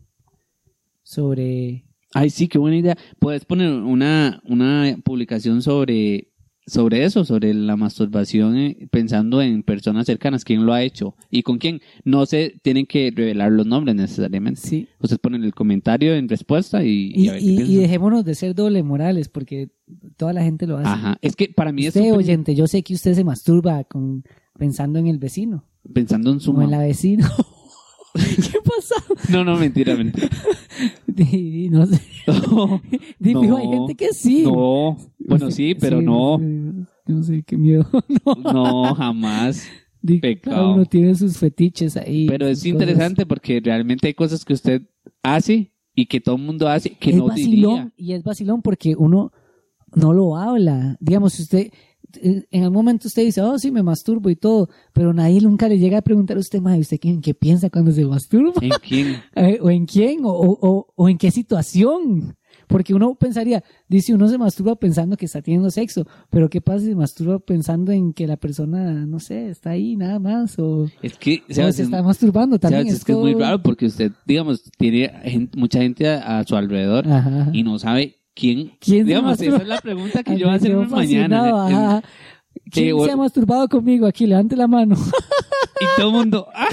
sobre...
Ay, sí, qué buena idea. Puedes poner una, una publicación sobre, sobre eso, sobre la masturbación, eh, pensando en personas cercanas, quién lo ha hecho y con quién. No se tienen que revelar los nombres necesariamente.
Sí.
Ustedes ponen el comentario en respuesta y,
Y,
y a ver qué
y- y
piensan.
dejémonos de ser doble morales, porque toda la gente lo hace.
Ajá, es que para mí es
Usted,
súper-
oyente, yo sé que usted se masturba con pensando en el vecino
pensando en su
o en
mamá.
la vecina. ¿Qué pasó?
No, no, mentira, mentira.
Di- di- no sé.
No,
Di-
No.
digo, hay gente que sí.
no. Bueno, sí, pero no.
No sé, no sé, qué miedo. No.
No, jamás.
Di-
Pecado.
Cada uno tiene sus fetiches ahí.
Pero es
sus cosas.
interesante porque realmente hay cosas que usted hace y que todo el mundo hace que
es
no
vacilón,
diría.
Y es vacilón porque uno no lo habla. Digamos, si usted eh, en algún momento usted dice, oh, sí, me masturbo y todo, pero nadie nunca le llega a preguntar a usted, madre, ¿usted en qué piensa cuando se masturba?
¿En quién?
Eh, ¿O en quién? ¿O, o- o- o en qué situación? Porque uno pensaría, dice, uno se masturba pensando que está teniendo sexo, pero ¿qué pasa si se masturba pensando en que la persona, no sé, está ahí nada más? O,
Es que,
o
¿sabes?
se está masturbando Pues también.
¿sabes? Es que es
todo-
muy raro porque usted, digamos, tiene gen- mucha gente a, a su alrededor
Ajá.
y no sabe quién.
¿Quién se
digamos,
masturba?
esa es la pregunta que
Ay,
yo voy a
me
hacerme
quedo fascinado,
mañana. en- en-
ajá. ¿Quién
Eh, o-
se ha masturbado conmigo aquí? Levante la mano.
y todo el mundo ¡ah!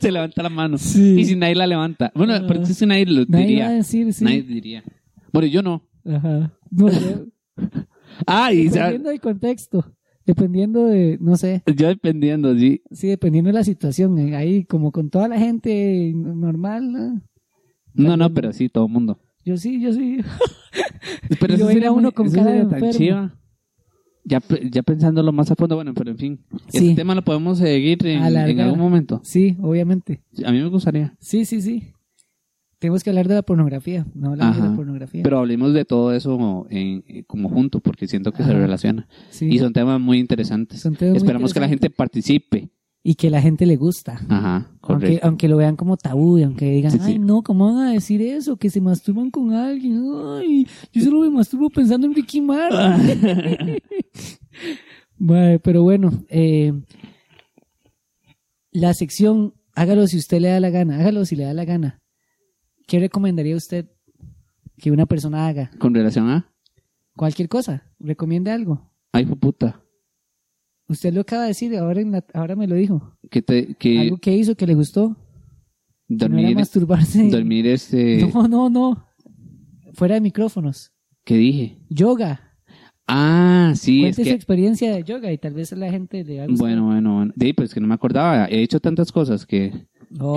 se levanta la mano.
Sí.
Y si nadie la levanta. Bueno,
Ah.
porque si nadie lo
Nadie
diría.
va a decir, sí.
Nadie diría. Bueno, yo no.
Ajá. No sé.
Ah, y sa-
dependiendo del contexto. Dependiendo de, no sé,
yo dependiendo, sí.
sí, dependiendo de la situación. eh, Ahí, como con toda la gente normal, ¿no?
No, no, pero sí, todo el mundo.
Yo sí, yo sí.
Pero
Y
eso
lo ven
sería
a uno
muy-
con
eso
cara de
sería tan
enfermo.
chiva. Ya, pe- ya pensándolo más a fondo, bueno, pero en fin.
Sí.
Este tema lo podemos seguir en,
Alargar.
en algún momento.
Sí, obviamente.
A mí me gustaría.
Sí, sí, sí. Tenemos que hablar de la pornografía. No hablamos de
Ajá.
la pornografía.
Pero hablemos de todo eso en, en- como junto, porque siento que se
Ajá.
relaciona.
Sí.
Y son temas muy interesantes.
Son temas muy
Esperamos que la gente participe.
Y que la gente le gusta.
Ajá,
Aunque,
correcto.
aunque lo vean como tabú, y aunque digan,
Sí, sí.
ay, no, ¿cómo van a decir eso? Que se masturban con alguien. Ay, yo solo me masturbo pensando en Ricky Martin. Mae, pero bueno, eh, la sección, hágalo si usted le da la gana, hágalo si le da la gana. ¿Qué recomendaría usted que una persona haga?
Con relación a.
Cualquier cosa, recomiende algo.
Ay, fue puta.
Usted lo acaba de decir, ahora, en la- ahora me lo dijo.
Que, te, que
Algo que hizo que le gustó. que no era
dormir.
masturbarse.
dormir este.
No, no, no. Fuera de micrófonos.
¿Qué dije?
Yoga.
Ah, sí,
Cuente
es
su
que.
experiencia de yoga y tal vez a la gente le va a gustar.
Bueno, bueno, bueno. Sí, pues que no me acordaba. He hecho tantas cosas que. que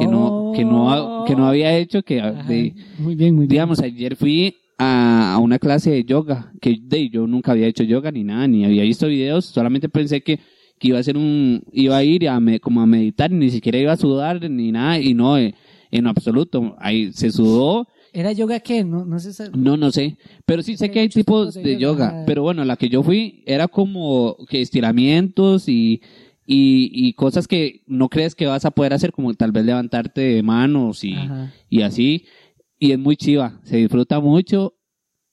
no que no ha- que no había hecho que
Oh.
ah,
Ajá.
de-
Muy bien, muy bien.
digamos ayer fui a, a una clase de yoga que de, yo nunca había hecho yoga ni nada ni había visto videos solamente pensé que, que iba a ser un iba a ir a me- como a meditar ni siquiera iba a sudar ni nada y no eh, en absoluto ahí se sudó
¿Era yoga qué? No, no sé. sa-
no no sé pero sí sé
Hay
que hay
muchos
tipos
tipos de
de
yoga.
yoga pero bueno la que yo fui era como que estiramientos y y, y cosas que no crees que vas a poder hacer, como tal vez levantarte de manos y,
Ajá.
y así. Y es muy chiva, se disfruta mucho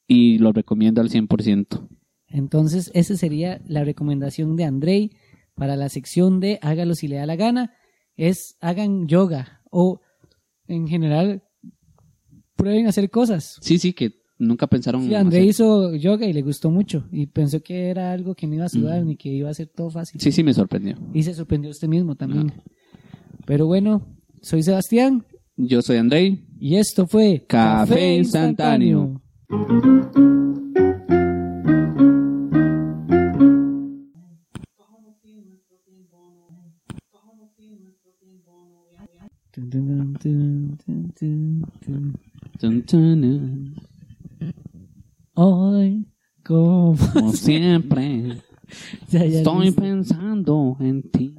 y lo recomiendo al 100%.
Entonces, esa sería la recomendación de Andrei para la sección de hágalo si le da la gana. Es hagan yoga o en general prueben a hacer cosas.
Sí, sí, que nunca pensaron.
Sí, André hizo yoga y le gustó mucho y pensó que era algo que no iba a sudar ni que iba a ser todo fácil.
Mm. Sí, sí, me sorprendió.
Y se sorprendió usted mismo también. Pero bueno, soy Sebastián
Yo soy Andrei.
y esto fue
Café Instantáneo.
Tun, tun, tun, tun, tun, tun.
Tun, tun,
Hoy, como
Como siempre,
Ya, ya,
estoy
listo.
pensando en ti.